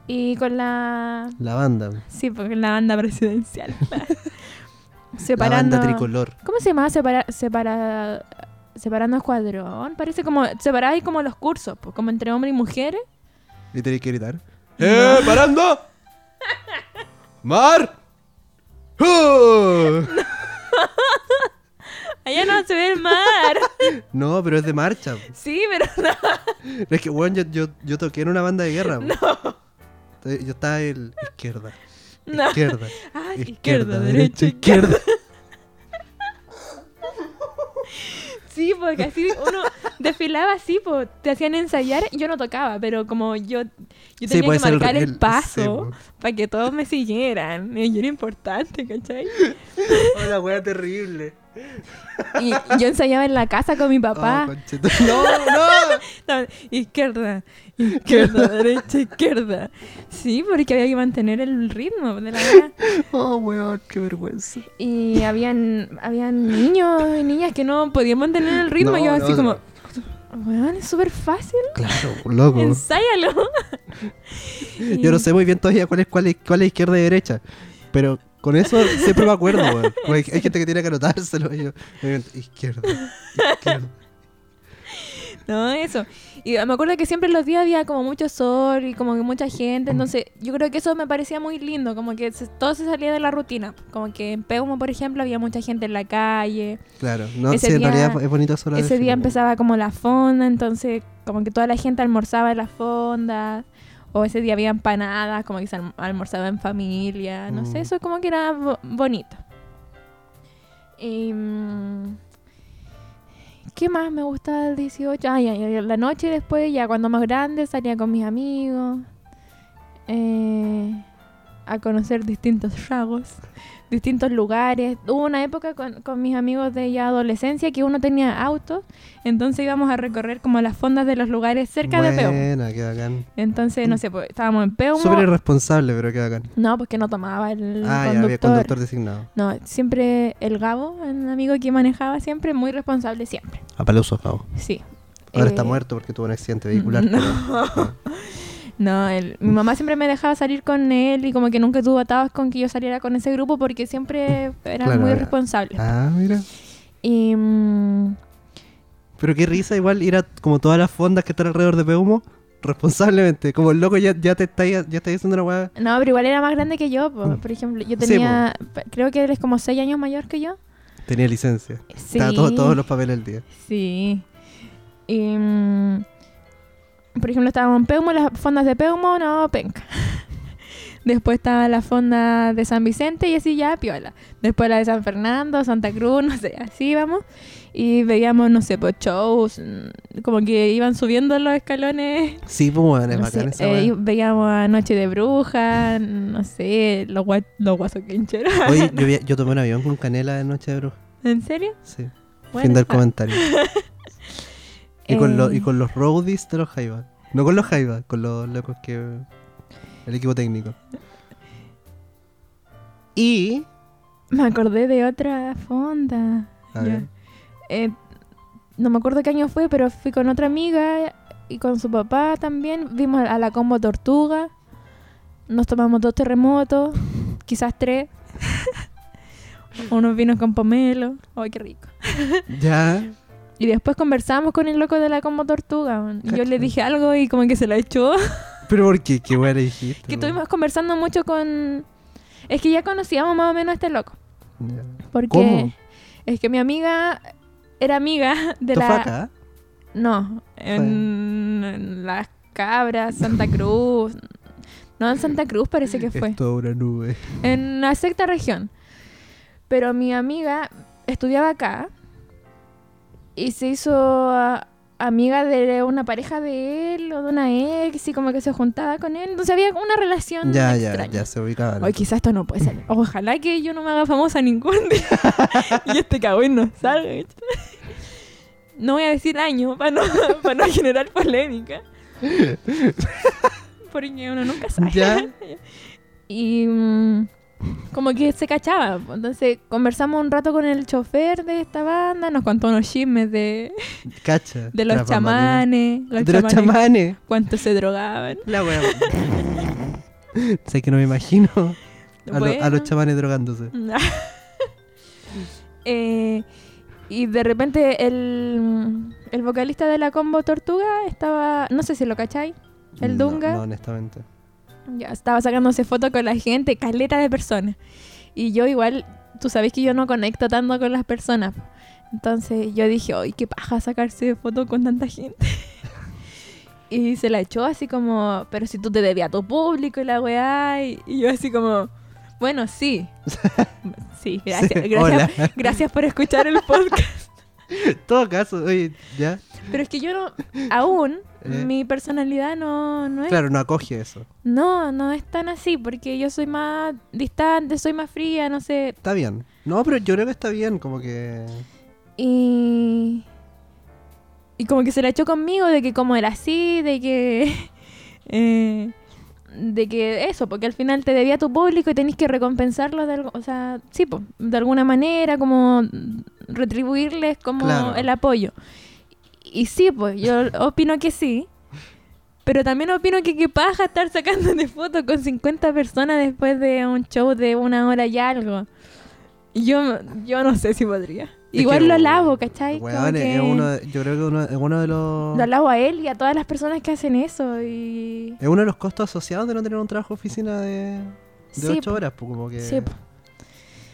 Y con la...
La banda.
Sí, porque la banda presidencial.
La
Separando...
banda tricolor.
¿Cómo se llama? Separa, separa, separando escuadrón. Parece como separar ahí como los cursos, pues, como entre hombres y mujeres.
Y tenéis que gritar. ¡Eh, parando! ¡Mar! ¡Oh!
*laughs* Allá no se ve el mar. *laughs*
No, pero es de marcha.
Sí, pero no.
Es que, bueno, yo, yo, yo toqué en una banda de guerra. No. Yo estaba en izquierda.
No.
Izquierda.
Ah,
izquierda,
izquierda,
derecha,
derecha,
izquierda.
Sí, porque así uno desfilaba así, pues te hacían ensayar. Yo no tocaba, pero como yo, yo tenía que marcar el, paso para que todos me siguieran. Y Yo era importante, ¿cachai?
Oh, la wea terrible.
Y yo ensayaba en la casa con
Oh,
mi papá.
pues. *laughs* no, no.
No, izquierda,
*laughs*
izquierda, derecha, izquierda. Sí, porque había que mantener el ritmo de la hora.
Oh, weón, qué vergüenza.
Y habían, habían niños y niñas que no podían mantener el ritmo.
No,
yo
no,
así
no.
como, weón, es súper fácil.
Claro, loco.
Ensáyalo.
*laughs*
Y-
Yo no sé muy bien todavía cuál es, cuál es, cuál es izquierda y derecha. Pero con eso siempre me acuerdo, weón. Como Hay, hay gente que tiene que anotárselo. y yo, eh, izquierda, izquierda.
No, eso. Y me acuerdo que siempre en los días había como mucho sol y como que mucha gente. Entonces, yo creo que eso me parecía muy lindo, como que se- todo se salía de la rutina. Como que en Peumo, por ejemplo, había mucha gente en la calle.
Claro, no,
Ese
sí, en
día-
realidad es bonito solo
Ese día empezaba como la fonda, entonces como que toda la gente almorzaba en la fonda. O ese día había empanadas, como que se alm- almorzaba en familia. No
Mm.
sé, eso como que era bo- bonito. Y, mm, ¿Qué más me gustaba del 18? Ay, ay, ay, la noche después, ya cuando más grande, salía con mis amigos. eh, a conocer distintos ragos distintos lugares. Hubo una época con, con mis amigos de ya adolescencia que uno tenía autos, entonces íbamos a recorrer como las fondas de los lugares cerca de Peumo.
Buena, qué bacán.
Entonces, no sé, pues, estábamos en Peumo.
Súper irresponsable, pero qué bacán.
No, porque no tomaba el
ah, ya había
conductor.
conductor designado.
No, siempre el Gabo, un amigo que manejaba siempre, muy responsable siempre.
A Paluso, Gabo.
Sí.
Ahora
Eh,
está muerto porque tuvo un accidente vehicular.
No.
pero-
No, el- mi mamá siempre me dejaba salir con él y como que nunca tuvo atados con que yo saliera con ese grupo porque
*laughs*
siempre eran
Claro,
muy
era-
responsables.
Ah, mira.
Y mm,
Pero qué risa, igual ir a como todas las fondas que están alrededor de Peumo responsablemente. Como el loco ya, ya te está ya está diciendo una weá.
No, pero igual era más grande que yo, po.
Mm.
por ejemplo. Yo
Sí,
tenía, pa- creo que él es como 6 años mayor que yo.
Tenía licencia.
Sí.
Estaba todo- todos los papeles al día.
Sí. Y, mm, por ejemplo, estábamos en Peumo, las fondas de Peumo, no, penca. *laughs* Después estaba la fonda de San Vicente y así ya, piola. Después la de San Fernando, Santa Cruz, *laughs* no sé, así íbamos. Y veíamos, no sé, pues shows, mm, como que iban subiendo los escalones
Sí, pues weón, es
No
bacán
sé,
esa
eh,
weá.
veíamos a Noche de Brujas, no sé, los, gua los guasoquincheros.
Oye, yo, vi- yo tomé un avión con canela de noche de bruja.
*laughs* ¿En serio?
Sí. fin
Bueno,
del
ah, *laughs*
comentario. y, con
eh,
los y con los roadies de los Jaivas. No con los Jaivas, con los locos que. El equipo técnico. Y.
Me acordé de otra fonda.
A
Ya.
ver.
Eh, no me acuerdo qué año fue, pero fui con otra amiga y con su papá también. Vimos a la combo Tortuga. Nos tomamos dos terremotos, *laughs* quizás tres. Unos vinos con pomelo. ¡Ay, qué rico!
Ya.
Y después conversamos con el loco de la como tortuga. weón. Y yo
Cacha.
le dije algo y como que se la echó.
Pero ¿por qué? Qué buena dijiste.
que
weón.
estuvimos conversando mucho con... Es que ya conocíamos más o menos a este loco.
Ya.
Porque
¿Cómo?
es que mi amiga era amiga de la...
Tofaca.
No, en, en Las Cabras, Santa Cruz. No, en Santa Cruz parece que fue.
Es toda una nube.
En la sexta región. Pero mi amiga estudiaba acá y se hizo ah, amiga de una pareja de él o de una ex y como que se juntaba con él. Entonces había una relación
Ya, ya,
extraña.
ya se ubicaban.
Hoy quizás esto no puede
*laughs*
salir. Ojalá que yo no me haga famosa ningún día. *laughs* y este cagüey no salga. no voy a decir año para no, *laughs*
*laughs*
para no generar polémica. Porque uno nunca sabe.
Ya.
Y mm, como que se cachaba. po. Entonces conversamos un rato con el chofer de esta banda. Nos contó unos chismes de,
Cacha.
de los
Tras bambalinas.
chamanes. Los
de los
chamanes.
chamanes.
Cuánto se drogaban.
La wea. *laughs* sé que no me imagino a, lo- a los
Bueno.
chamanes drogándose.
*laughs* Eh, y de repente el, el vocalista de la combo Tortuga estaba, no sé si lo cacháis, ¿El
No,
Dunga?
no, honestamente.
ya estaba sacándose fotos con la gente, caleta de personas. Y yo igual, tú sabes que yo no conecto tanto con las personas. po. Entonces yo dije, ay, qué paja sacarse fotos con tanta gente. *laughs* y se la echó así como, pero si tú te debías a tu público y la weá. Y, y yo así como, bueno, sí. sí, gracias.
Sí,
gracias Gracias por escuchar el podcast.
*laughs* En todo caso, oye, ya.
*laughs* Pero es que yo no, aún,
Eh.
mi personalidad no, no es.
Claro, no acoge eso.
No, no es tan así, porque yo soy más distante, soy más fría, no sé.
Está bien. No, pero yo creo que está bien, como que.
Y. Y como que se la echó conmigo de que como era así, de que. *laughs* eh, de que eso, porque al final te debía a tu público y tenés que recompensarlo de algo. O sea, sí, po, de alguna manera, como retribuirles como
Claro.
el apoyo. Y sí, pues yo opino que sí. Pero también opino que qué paja estar sacándote *laughs* fotos con 50 personas después de un show de una hora y algo. Yo, yo no sé si podría.
Es
Igual
que,
lo
weón,
alabo, ¿cachai? Como
weón, es
que
uno de- yo creo que uno, es uno de los.
Lo alabo a él y a todas las personas que hacen eso. Y...
Es uno de los costos asociados de no tener un trabajo de oficina de, de
Sí,
8 horas, pues, como que.
Sí, po.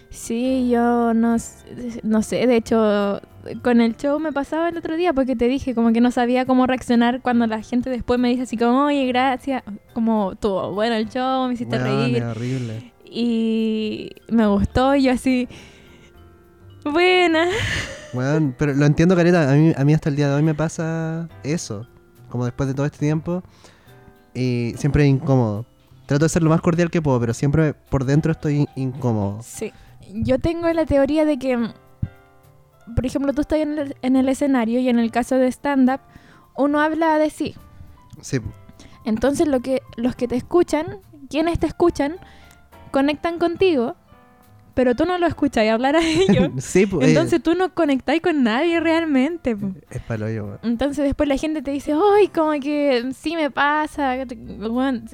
Sí, yo no, s- no sé, de hecho, con el show me pasaba el otro día porque te dije como que no sabía cómo reaccionar cuando la gente después me dice así como, oye, gracias, como estuvo bueno el show, me hiciste
Weón,
reír
es horrible.
y me gustó y yo así, buena.
Weón, pero lo entiendo, Careta. A mí, a mí hasta el día de hoy me pasa eso. Como después de todo este tiempo. Y siempre es incómodo. Trato de ser lo más cordial que puedo, pero siempre por dentro estoy in- incómodo.
Sí, yo tengo la teoría de que, mm, por ejemplo, tú estás en el, en el escenario y en el caso de stand-up, uno habla de sí.
Sí,
Entonces lo que, los que te escuchan, quienes te escuchan, conectan contigo, pero tú no lo escuchas y hablar a *laughs* ellos.
*laughs* sí pues. eh,
Entonces tú no conectáis con nadie realmente. po.
es palo yo, weón.
Entonces después la gente te dice, ¡ay, como que sí me pasa! weón".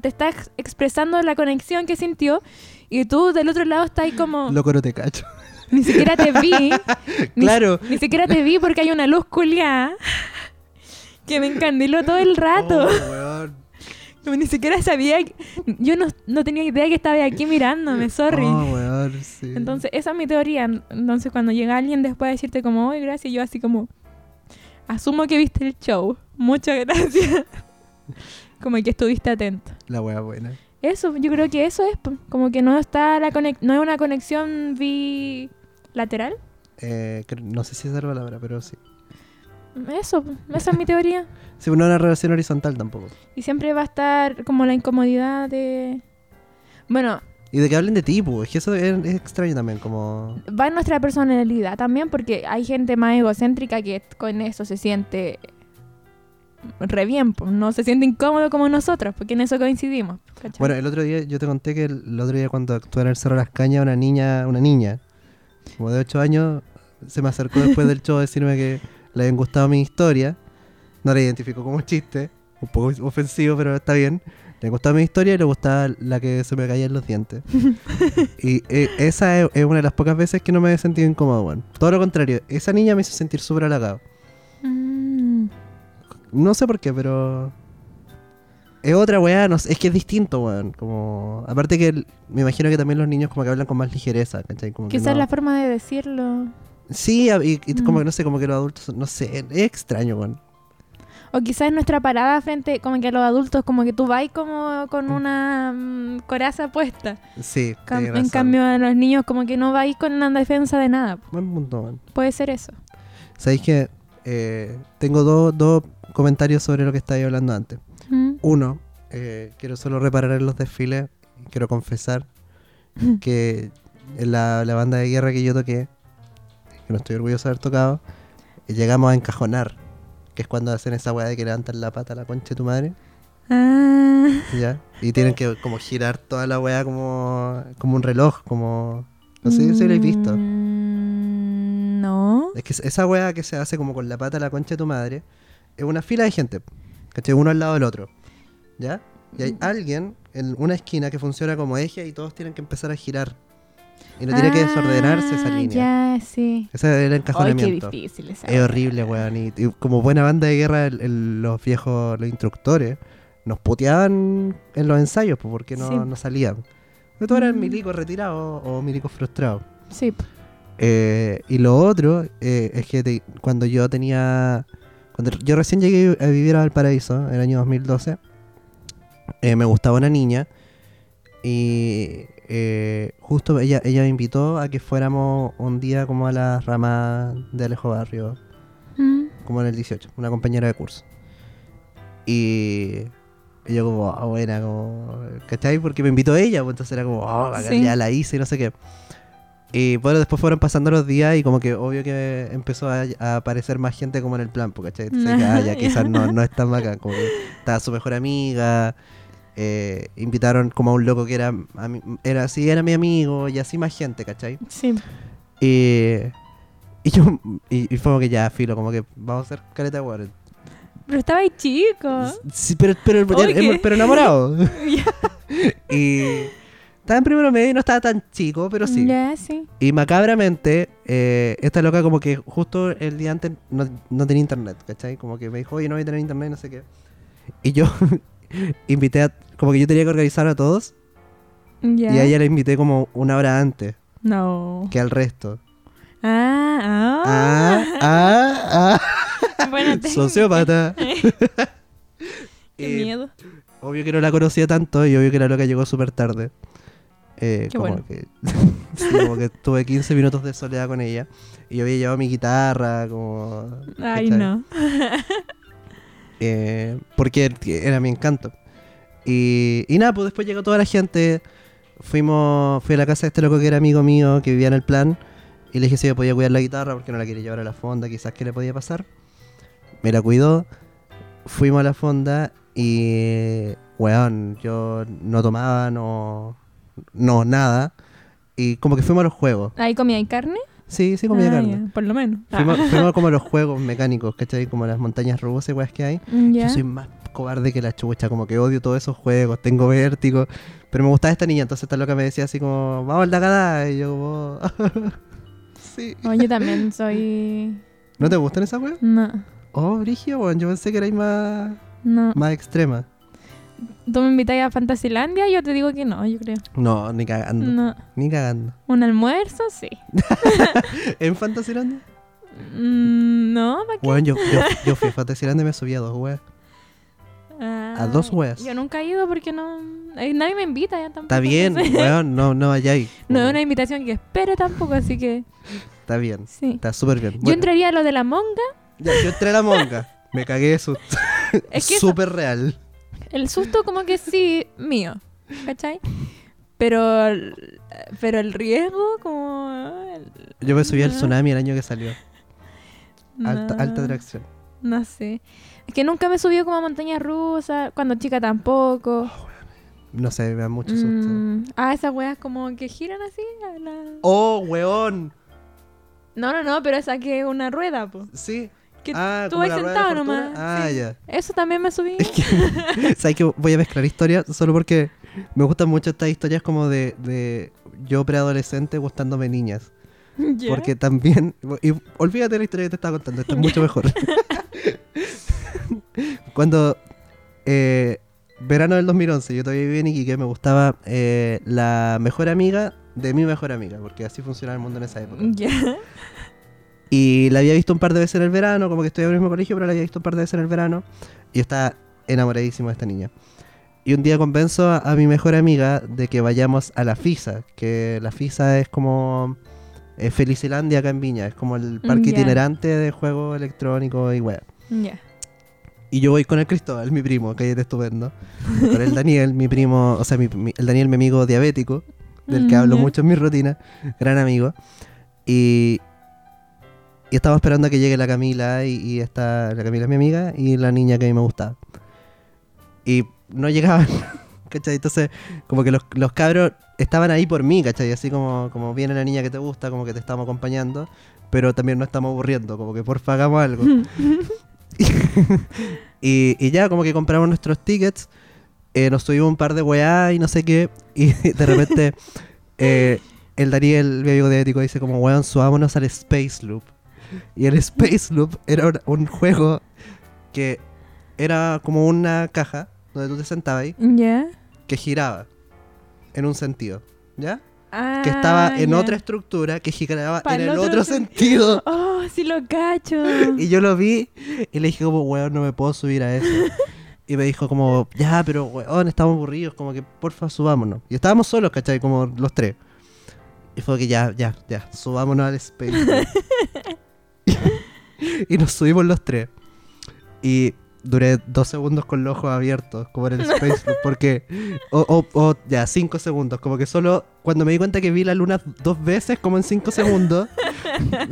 te está ex- expresando la conexión que sintió y tú del otro lado estás ahí como,
Loco, no te
*laughs*
cacho.
ni siquiera te
*laughs*
vi, Ni-
claro.
ni siquiera te vi porque hay una luz culiada que me encandiló todo el rato. *laughs*
Oh, weón. Oh.
Como Ni siquiera sabía. que- Yo no, no tenía idea que estaba aquí mirándome, sorry.
Oh, weón, sí.
Entonces, esa es mi teoría. Entonces, cuando llega alguien después a decirte como, hoy gracias, yo así como, asumo que viste el show. Muchas gracias. *laughs* como que estuviste atento.
La wea buena.
Eso, yo creo que eso es po. como que no está la conex- no es una conexión bilateral.
Eh, cre- no sé si es la palabra, pero sí.
Eso, po. esa es mi teoría.
Sí, pues, no es una relación horizontal tampoco.
Y siempre va a estar como la incomodidad de... Bueno,
Y de que hablen de ti, pues. que Eso es, es extraño también, como...
va en nuestra personalidad también, porque hay gente más egocéntrica que con eso se siente re bien, po, no se siente incómodo como nosotros, porque en eso coincidimos. ¿cachai?
Bueno, el otro día yo te conté que el, el otro día cuando actué en el Cerro Las Cañas, una niña, una niña, como de 8 años, se me acercó después del show a decirme que le habían gustado mi historia. No la identificó como chiste, un poco ofensivo, pero está bien. Le gustaba mi historia y le gustaba la que se me caían los dientes. y eh, esa es, es una de las pocas veces que no me he sentido incómodo, weón. Todo lo contrario, esa niña me hizo sentir súper halagado.
Mm.
No sé por qué, pero. Es otra weá, no sé, es que es distinto, weón. Como. Aparte que el- me imagino que también los niños como que hablan con más ligereza, ¿cachai? Como que
Quizás
no-
la forma de decirlo.
Sí, a- y, y
Mm.
como que no sé, como que los adultos, no sé, es extraño, weón.
O quizás nuestra parada frente, como que a los adultos, como que tú vas como con una mm, coraza puesta.
Sí,
Cam-
tenés
en
razón.
cambio a los niños como que no vais con una defensa de nada.
Buen punto, weón.
Puede ser eso.
Sabéis que eh, tengo dos dos comentarios sobre lo que estáis hablando antes.
Mm.
Uno, eh, quiero solo reparar en los desfiles. Quiero confesar que en la, la banda de guerra que yo toqué, que no estoy orgulloso de haber tocado, eh, llegamos a encajonar, que es cuando hacen esa weá de que levantan la pata a la concha de tu madre,
Ah,
¿ya? Y tienen que como girar toda la weá como, como un reloj, como... No sé si lo habéis visto.
Mm, No.
Es que esa weá que se hace como con la pata a la concha de tu madre es una fila de gente, ¿cachai? Uno al lado del otro, ¿ya? Y
Mm.
hay alguien en una esquina que funciona como eje y todos tienen que empezar a girar. Y no tiene que
Ah,
desordenarse esa línea.
Ya, sí.
Ese era el
Ay, qué
encajonamiento.
difícil esa.
es horrible, weón. Y, y como buena banda de guerra, el- el- los viejos, los instructores, nos puteaban en los ensayos pues, porque no,
Sí.
no salían. Pero todos eran
Mm.
milicos retirados o milicos frustrados.
Sí. p-
Eh, y lo otro eh, es que te- cuando yo tenía. Cuando yo recién llegué a vivir a Valparaíso, en el año 2012, eh, me gustaba una niña. Y eh, justo ella, ella me invitó a que fuéramos un día como a las ramas de Alejo Barrio,
Mm.
como en el 18, una compañera de curso. Y. y yo como, ah, buena, como, ¿cachai? Porque me invitó ella, pues entonces era como, oh, bacán,
Sí.
ya la hice y no sé qué. Y bueno, después fueron pasando los días y como que obvio que empezó a, a aparecer más gente como en el plan, pues, ¿cachai? Entonces dije, ah, ya
Ajá,
quizás
ya.
no, no es tan bacán, como que estaba su mejor amiga, eh, invitaron como a un loco que era, ami- era así, era mi amigo y así más gente, ¿cachai?
Sí.
Y, y yo, y, y fue como que ya, filo, como que vamos a hacer caleta de hueones.
Pero estaba ahí chico.
Sí, pero, pero,
Ah. Oye,
pero-
¿qué?
pero enamorado.
*laughs* Ya.
*laughs* y estaba en primero medio y no estaba tan chico, pero sí.
Ya, sí.
Y macabramente, eh, esta loca como que justo el día antes no, no tenía internet, ¿cachai? Como que me dijo, oye, no voy a tener internet, no sé qué. Y yo *laughs* invité a... Como que yo tenía que organizar a todos
Ya.
y a ella la invité como una hora antes
No.
que al resto.
Ah,
Ah,
ah.
ah, ah.
*laughs*
*laughs*
Bueno, te- *laughs*
Sociópata.
Qué
*laughs* Eh,
miedo.
Obvio que no la conocía tanto y obvio que la loca llegó súper tarde. Eh,
Qué
como
bueno.
que *laughs* sí, como que tuve 15 minutos de soledad con ella y yo había llevado mi guitarra como
Ay,
¿cachai?
no.
Eh, porque era mi encanto y, y nada pues después llegó toda la gente fuimos fui a la casa de este loco que era amigo mío que vivía en el plan y le dije si yo podía cuidar la guitarra porque no la quería llevar a la fonda quizás que le podía pasar me la cuidó fuimos a la fonda y, weón, yo no tomaba, no, no, nada. Y como que fuimos a los juegos.
¿Ahí comía y carne?
Sí, sí comía
Ah,
carne.
ya, por lo menos. Ah.
Fuimos, fuimos como a
*laughs*
los juegos mecánicos, ¿cachai? Como las montañas rusas y weas que hay. Yo
Ya.
soy más cobarde que la chucha, como que odio todos esos juegos, tengo vértigo. Pero me gustaba esta niña, entonces esta loca me decía así como, vamos al Dakada. Y yo como, *laughs* sí.
Oh, yo también soy.
¿No te gustan esas weas?
No,
Oh, Brigio, weón, yo pensé que erais más,
no.
más extrema.
Tú me invitáis a Fantasilandia y yo te digo que no, yo creo.
No, ni cagando.
No.
Ni cagando.
¿Un almuerzo? Sí.
¿En Fantasylandia?
Mm, No, ¿para qué?
Bueno, yo, yo, yo fui a Fantasylandia y me subí a dos weas. a
Ah,
dos weas.
Yo nunca he ido porque no. eh, nadie me invita ya tampoco.
Está
*laughs*
bien,
entonces-
weón, no, no vayáis.
No es una invitación que espere tampoco, así que
Está bien,
sí.
está súper bien.
Yo
Bueno,
entraría a lo de la monga.
ya, yo entré a la monga. Me cagué eso.
*laughs* Es que eso-
súper real.
El susto como que sí, mío, ¿cachai? Pero, el- pero el riesgo como... el-
Yo me subí al
No.
tsunami el año que salió. Alta,
no,
alta atracción.
No sé. Es que nunca me subió como a montañas rusas, cuando chica tampoco.
No sé, me da mucho Oh, susto.
Mm, ah, esas weas como que giran así. a la-
Oh, weón.
No, no, no, pero esa que es una rueda, po.
Sí.
Que
Ah,
tú
como
ahí
la rueda de
sentado
fortuna.
nomás.
Ah,
sí.
ya.
Eso también me subí.
¿Sabes que voy a mezclar historias solo porque me gustan mucho estas historias como de, de yo preadolescente gustándome niñas?
*laughs* Ya.
Porque también. Y olvídate de la historia que te estaba contando, esto es
*laughs*
mucho mejor. Cuando. eh, verano del 2011, yo todavía vivía en Iquique, me gustaba eh, la mejor amiga de mi mejor amiga, porque así funcionaba el mundo en esa época.
Ya.
Y la había visto un par de veces en el verano, como que estoy en el mismo colegio, pero la había visto un par de veces en el verano. Y yo estaba enamoradísimo de esta niña. Y un día convenzo a, a mi mejor amiga de que vayamos a la FISA, que la FISA es como eh, Felicilandia acá en Viña, es como el parque
ya.
itinerante de juegos electrónicos y web.
Ya.
Y yo voy con el Cristóbal, mi primo, que es estupendo. Con el Daniel, mi primo, o sea, mi- mi- el Daniel, mi amigo diabético, del que
Mm,
hablo
ya.
mucho en mis rutinas, gran amigo. Y, y estaba esperando a que llegue la Camila, y, y está, la Camila es mi amiga, y la niña que a mí me gustaba. Y no llegaban, *laughs* ¿cachai? Entonces, como que los, los cabros estaban ahí por mí, ¿cachai? Así como, como viene la niña que te gusta, como que te estamos acompañando, pero también no estamos aburriendo, como que porfa hagamos algo. Y, y ya, como que compramos nuestros tickets, eh, nos subimos un par de weá y no sé qué, y de
*laughs*
repente eh, el Daniel, mi amigo diabético, dice como, weón, subámonos al Space Loop. Y el Space Loop era un, un juego que era como una caja donde tú te sentabas ahí,
Ya.
que giraba en un sentido, ¿ya?
Ah,
que estaba en
ya.
otra estructura que giraba
Pa'l
en el
otro
otro
sen-
sentido.
Oh, sí lo cacho.
*laughs* Y yo lo vi y le dije como, weón, no me puedo subir a eso. Y me dijo como, ya, pero weón, estamos aburridos, como que porfa, subámonos. Y estábamos solos, ¿cachai? Como los tres. Y fue que ya, ya, ya, subámonos al Space. Jam. *laughs* y nos subimos los tres. Y duré dos segundos con los ojos abiertos, como en el Space Jam, porque... O, o- o, ya, cinco segundos, como que solo... Cuando me di cuenta que vi la luna dos veces, como en cinco segundos,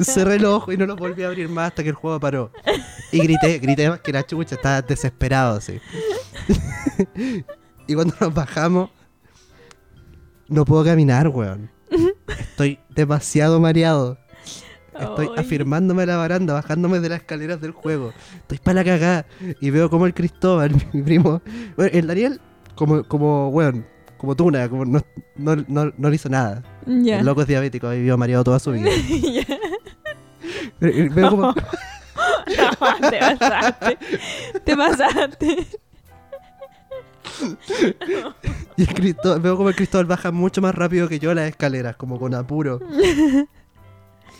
cerré el ojo y no lo volví a abrir más hasta que el juego paró. Y grité, grité más que la chucha, estaba desesperado así. *laughs* y cuando nos bajamos, no puedo caminar, weón. Estoy demasiado mareado. Estoy
Ay.
afirmándome a la baranda, bajándome de las escaleras del juego. Estoy para la cagada. Y veo como el Cristóbal, *laughs* mi primo. Bueno, el Daniel, como, como, weón, como tuna, como no, no, no- no le hizo nada.
Ya.
El
*laughs*
loco es diabético, ha vivido mareado toda su vida. Eh,
Ya.
Veo
*laughs*
como,
No, te pasaste. Te pasaste.
*laughs* Y el Cristó- veo como el Cristóbal baja mucho más rápido que yo las escaleras, como con apuro.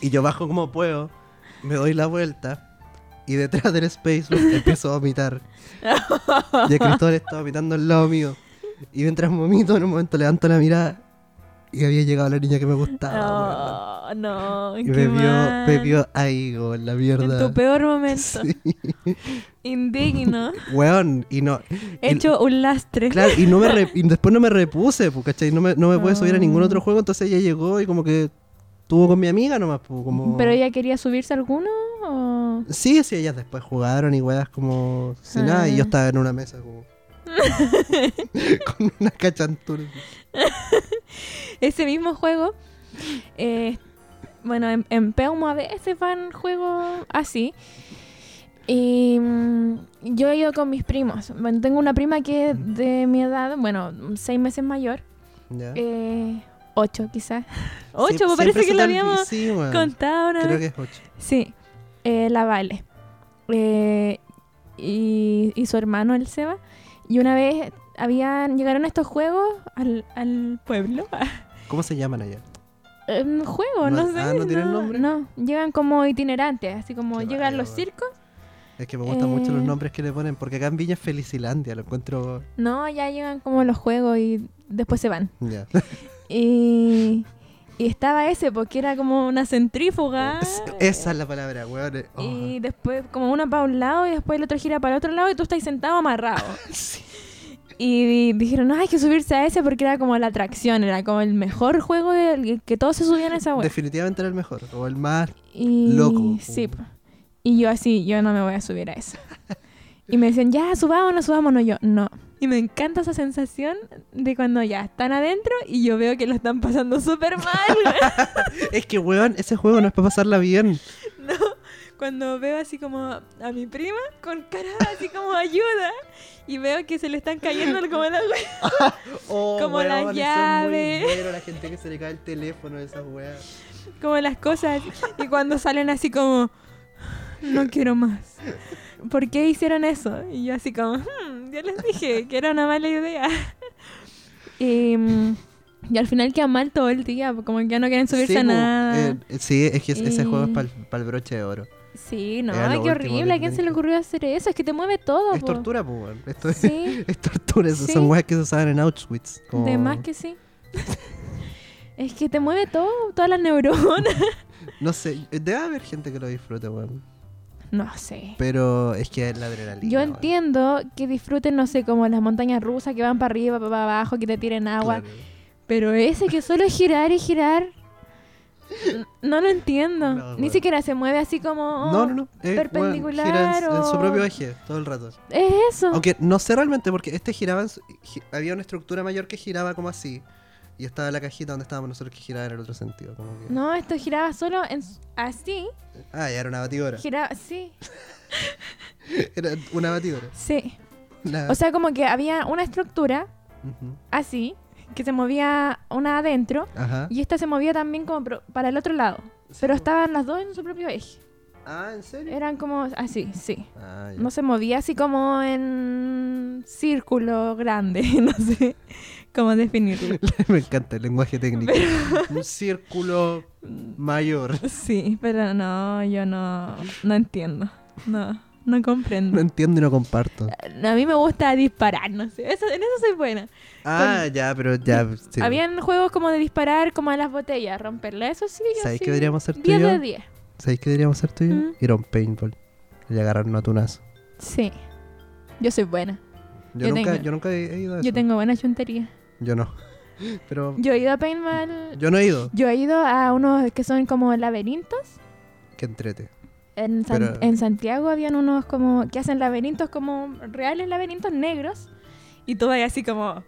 Y yo bajo como puedo, me doy la vuelta y detrás del Space Room empiezo a vomitar. Y el Cristóbal está vomitando al lado mío. Y mientras vomito, en un momento levanto la mirada y había llegado la niña que me gustaba.
Oh, no.
weón. Ah, y
qué
me vio,
mal.
me vio ahí, weón, la
En
mierda.
tu peor momento.
Sí,
*laughs* Indigno.
weón, y no. y-
Hecho un lastre.
Claro, y, no me
*laughs*
re- y después no me repuse, pues, ¿cachai? No me, no me pude subir a ningún
Ah.
otro juego, entonces ella llegó y como que estuvo con mi amiga nomás, pues, como...
¿Pero ella quería subirse a alguno? O...
Sí, sí, ellas después jugaron y weas como sin nada, y yo
Ah.
estaba en una mesa
*laughs*
como... con una cachantura.
Ese mismo juego. eh, bueno, en, en Peumo a veces van juegos así. Y mm, yo he ido con mis primos. Bueno, tengo una prima que es de mi edad, bueno, seis meses mayor.
¿ya?
eh, ocho quizás.
Sie-
*laughs* Ocho,
siempre
me parece
se
que
te
lo
olvi-
habíamos
sí, weón,
contado una vez.
Creo que es ocho.
Sí, eh, la Vale. Eh, y, y su hermano, el Seba. Y una vez habían, llegaron estos juegos al, al pueblo. *laughs*
¿Cómo se llaman allá?
Un juego,
No-
no, sé.
ah, ¿no tienen nombre?
no, llegan como itinerantes, así como
Qué
llegan
raro,
los
bueno.
circos.
Es que me gustan mucho los
Eh.
nombres que le ponen, porque acá en Viña es Felicilandia, lo encuentro...
No, ya llegan como los juegos y después se van.
Ya.
Y, y estaba ese, porque era como una centrífuga.
Es- *laughs* esa es la palabra, weón. eh, oh.
Y después, como uno para un lado y después el otro gira para el otro lado y tú estás
*laughs*
sentado amarrado. Y di- dijeron, no, hay que subirse a ese porque era como la atracción, era como el mejor juego del- que- que todos se subían a esa web.
Definitivamente era el mejor, o el más
Y
loco.
Sí. po. Y yo así, yo no me voy a subir a eso. *laughs* Y me decían, ya, subámonos, subámonos. Yo, no. Y me encanta esa sensación de cuando ya están adentro y yo veo que lo están pasando súper mal.
Es que, weón, ese juego no es para pasarla bien.
cuando veo así como a mi prima con cara así como ayuda y veo que se le están cayendo como las hue-
Oh,
Como
weón,
la
son muy
llave.
güero la gente que se le cae el teléfono de esas weas.
como las cosas y cuando salen así como no quiero más. ¿Por qué hicieron eso? Y yo así como, "Hmm, ya les dije que era una mala idea. Y, mm, y al final queda mal todo el día, como que ya no quieren subirse
Sí,
a
po,
nada.
eh, sí, es que es- ese
Y-
juego es para el broche de oro.
Sí, no,
Era lo
qué
último que
horrible. ¿A quién
tenés
se le
que-
ocurrió hacer eso? Es que te mueve todo.
Es
po.
tortura, pues, weón. Esto es, *laughs*
Sí,
es tortura, esas
Sí.
son weas que se usaban en Auschwitz. como-
de más que sí. es que te mueve todo, todas las neuronas.
No sé, debe haber gente que lo disfrute, weón.
no sé.
Pero es que es la adrenalina.
Yo
weón.
entiendo que disfruten, no sé, como las montañas rusas que van para arriba, pa- para abajo, que te tiren agua.
Claro.
Pero ese que solo es girar y girar, n- no lo entiendo.
No,
Ni
bueno.
siquiera se mueve así como... oh,
No, no, no. eh, weón,
perpendicular
gira en, en
o-
su propio eje todo el rato.
Es eso.
Aunque no sé realmente, porque este giraba. en su- gi- había una estructura mayor que giraba como así. Y estaba la cajita donde estábamos nosotros que giraba en el otro sentido. Como que...
No, esto giraba solo en s- así.
Ah, ya era una batidora.
Giraba, sí,
Era una
*laughs*
batidora.
sí.
La-
O sea, como que había una estructura
Ujú.
así, que se movía una adentro,
Ajá.
y esta se movía también como pro- para el otro lado. Pero estaban las dos en su propio eje.
Ah, ¿en serio?
Eran como así, sí.
Ah, ya.
No se movía así como en círculo grande, *laughs* no sé cómo definirlo.
*laughs* Me encanta el lenguaje técnico.
*laughs*
Un círculo
Mm.
mayor. *laughs*
Sí, pero no, yo no, no entiendo. No, no
No
comprendo.
entiendo y no comparto.
A mí me gusta disparar, no sé. Eso, en eso soy buena.
Ah, ya, pero ya. sí.
Habían juegos como de disparar como a las botellas, romperlas, eso sí. yo
¿Sabes
sí.
qué deberíamos hacer tú y
10 de
yo?
10.
¿Sabéis qué deberíamos hacer tú y yo?
Mm.
Ir a un paintball y agarrarnos a tunazo.
Sí. Yo soy buena.
Yo,
Yo
nunca,
tengo-
yo nunca he ido a eso.
Yo tengo buena chuntería.
Yo
*laughs*
no. Pero
Yo he ido a paintball.
yo no he ido.
Yo he ido a unos que son como laberintos.
Que entrete.
En, San-
Pero-
en Santiago habían unos como que hacen laberintos como reales laberintos negros y todo ahí así como pa,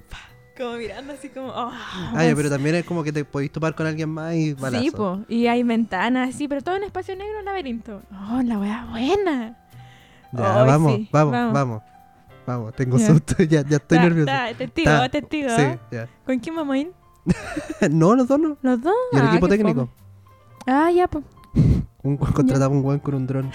como mirando así como oh,
Ah, ya, pero también es como que te podéis topar con alguien más y balazo.
sí po, y hay ventanas sí pero todo en espacio negro un laberinto oh la wea buena
Ya,
Ay,
vamos,
sí,
vamos,
vamos.
vamos, vamos. tengo
Ya.
susto, *laughs* ya, ya estoy
Ta,
nervioso.
ta, testigo
Ta,
testigo
Sí, ya. *laughs*
con quién vamos a ir
no, los dos no.
los dos
Y el
Ah,
equipo
qué
técnico.
fome. ah ya pues
Un *laughs* weón contrataba un weón con un
*laughs*
dron.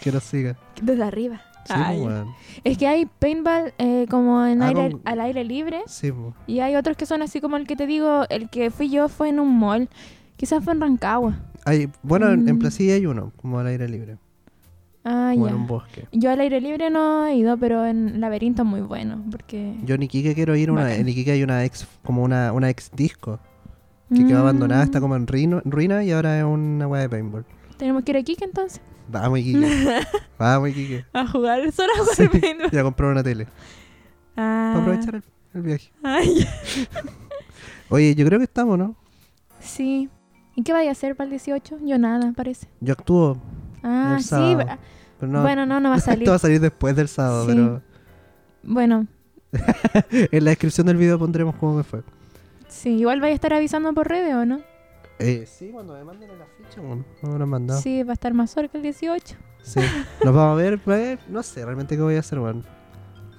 Que nos siga.
desde arriba
Sí,
Ay.
po, weón.
es que hay paintball eh, como en
Ah,
aire,
con-
al aire libre
Sí, po.
Y hay otros que son así como el que te digo, el que fui yo fue en un mall. Quizás fue en Rancagua.
Hay- bueno, en- en
Mm.
Placilla hay uno, como al aire libre.
Ah,
como
ya.
en un bosque.
Yo al aire libre no he ido, pero en laberinto es muy bueno, porque...
Yo en Iquique quiero ir a una.
Bacán.
En Iquique hay una ex, como una, una ex disco. Que quedó abandonada,
Mm,
está como en ruino- ruina y ahora es una weá de paintball.
Tenemos que ir aquí entonces.
Vamos,
*laughs*
Iquique. Vamos, Iquique.
A *laughs* jugar, solo a jugar
Sí,
paintball.
ya compró una tele.
Ah,
Para aprovechar el, el viaje.
ah, ya.
Oye, yo creo que estamos, ¿no?
Sí. ¿Y qué vaya a hacer para el 18? Yo nada, parece.
Yo actúo,
Ah,
El
sí.
sábado.
va-
pero no.
Bueno, no, no va a
*laughs*
salir.
Esto va a salir después del sábado,
Sí.
pero
Bueno,
en la descripción del video pondremos cómo me fue.
sí. Igual vaya a estar avisando por redes, ¿o no?
Eh, sí, cuando me manden la ficha, bueno, no me lo han mandado.
Sí, va a estar más cerca el 18.
Sí. Nos vamos a ver, va a ver, no sé realmente qué voy a hacer, bueno.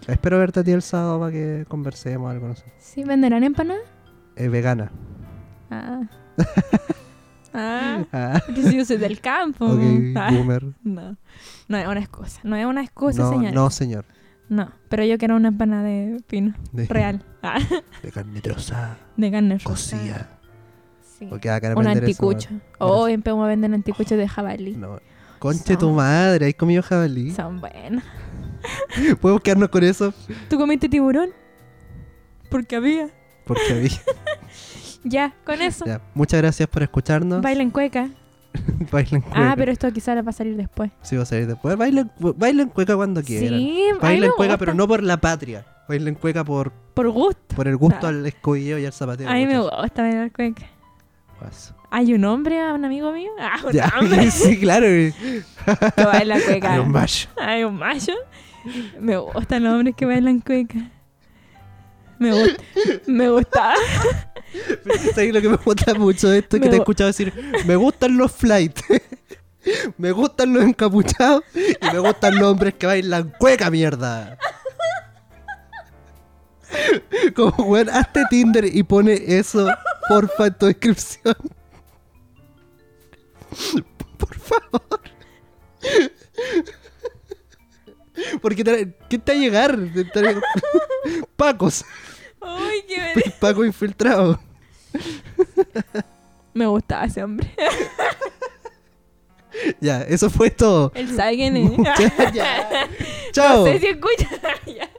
Espero verte a ti el sábado para que conversemos algo, no sé.
Sí, ¿venderán empanadas?
Eh, vegana. *laughs*
Ah. ah.
Ah,
Porque si yo soy del campo.
ok,
Ah,
boomer.
no. No es una excusa. No es una excusa,
No,
señores. No.
no, señor.
Pero yo quiero una empanada de
*laughs*
pino.
De,
Real. Ah,
De carne trozada,
de carne rosa.
cocida.
Sí.
Porque acá no
Un
vender eso,
anticucho. Oh, empezamos a vender anticuchos de jabalí.
No. Conche tu madre, ¿has comido jabalí?
Son buenos.
*laughs* ¿Podemos quedarnos con eso?
¿Tú comiste tiburón? Porque había.
Porque vi.
Ya, con *laughs* eso.
Ya. Muchas gracias por escucharnos. *laughs*
Baila en cueca.
Bailen cueca.
Ah, pero esto quizá la va a salir después.
Sí, va a salir después. Bailen, cu- bailen cueca cuando quieran.
Sí, a mí
Bailen
me
cueca,
gusta.
pero no por la patria. Bailen cueca por,
Por gusto.
por el gusto
Ah.
al escobilleo y al zapateo.
A mí me
muchachos.
gusta bailar cueca.
Guaso.
¿Hay un hombre, a un amigo mío? Ah, un
Ya, *laughs*
hombre
sí, claro. Hay
que baila cueca.
un macho.
Ay, un macho. Me gustan los hombres que bailan cueca. Me gusta. Me gusta.
*laughs* ¿Sabes lo que me gusta mucho de esto? Es que
Me
te he
gu-
escuchado decir, me gustan los flights. *laughs* Me gustan los encapuchados y me gustan los hombres que bailan cueca, mierda. *laughs* Como, weón, hazte Tinder y pone eso, porfa, en tu descripción. *laughs* Por favor. *laughs* Porque te, ¿quién te va a llegar? *laughs* Te- te- Pacos. *laughs*
Uy, qué
Paco infiltrado.
Me gustaba ese hombre.
Ya, eso fue todo.
Él sabe quién *laughs* es.
Ya, ya. Chao.
No sé si escucha. *laughs* ya.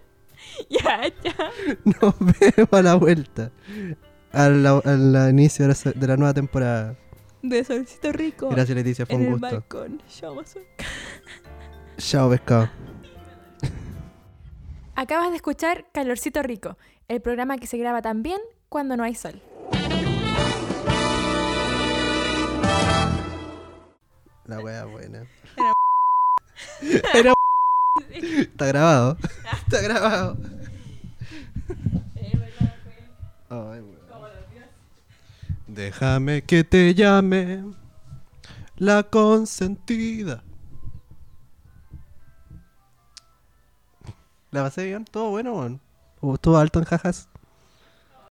Ya, ya.
*laughs* Nos vemos a la vuelta. Al, al- al inicio de la, de la nueva temporada.
De solcito rico.
Gracias, Leticia. Fue
Oh, En
un
el
gusto.
balcón. Yo, más o-
Chao, pescado.
Acabas de escuchar Calorcito Rico, el programa que se graba también cuando no hay sol.
La wea buena.
*laughs*
Era. *laughs* Está grabado.
Ah.
Está grabado. Ay, weón. Déjame que te llame la consentida. ¿La pasé bien? ¿Todo bueno, weón? ¿O ¿Estuvo alto en jajas?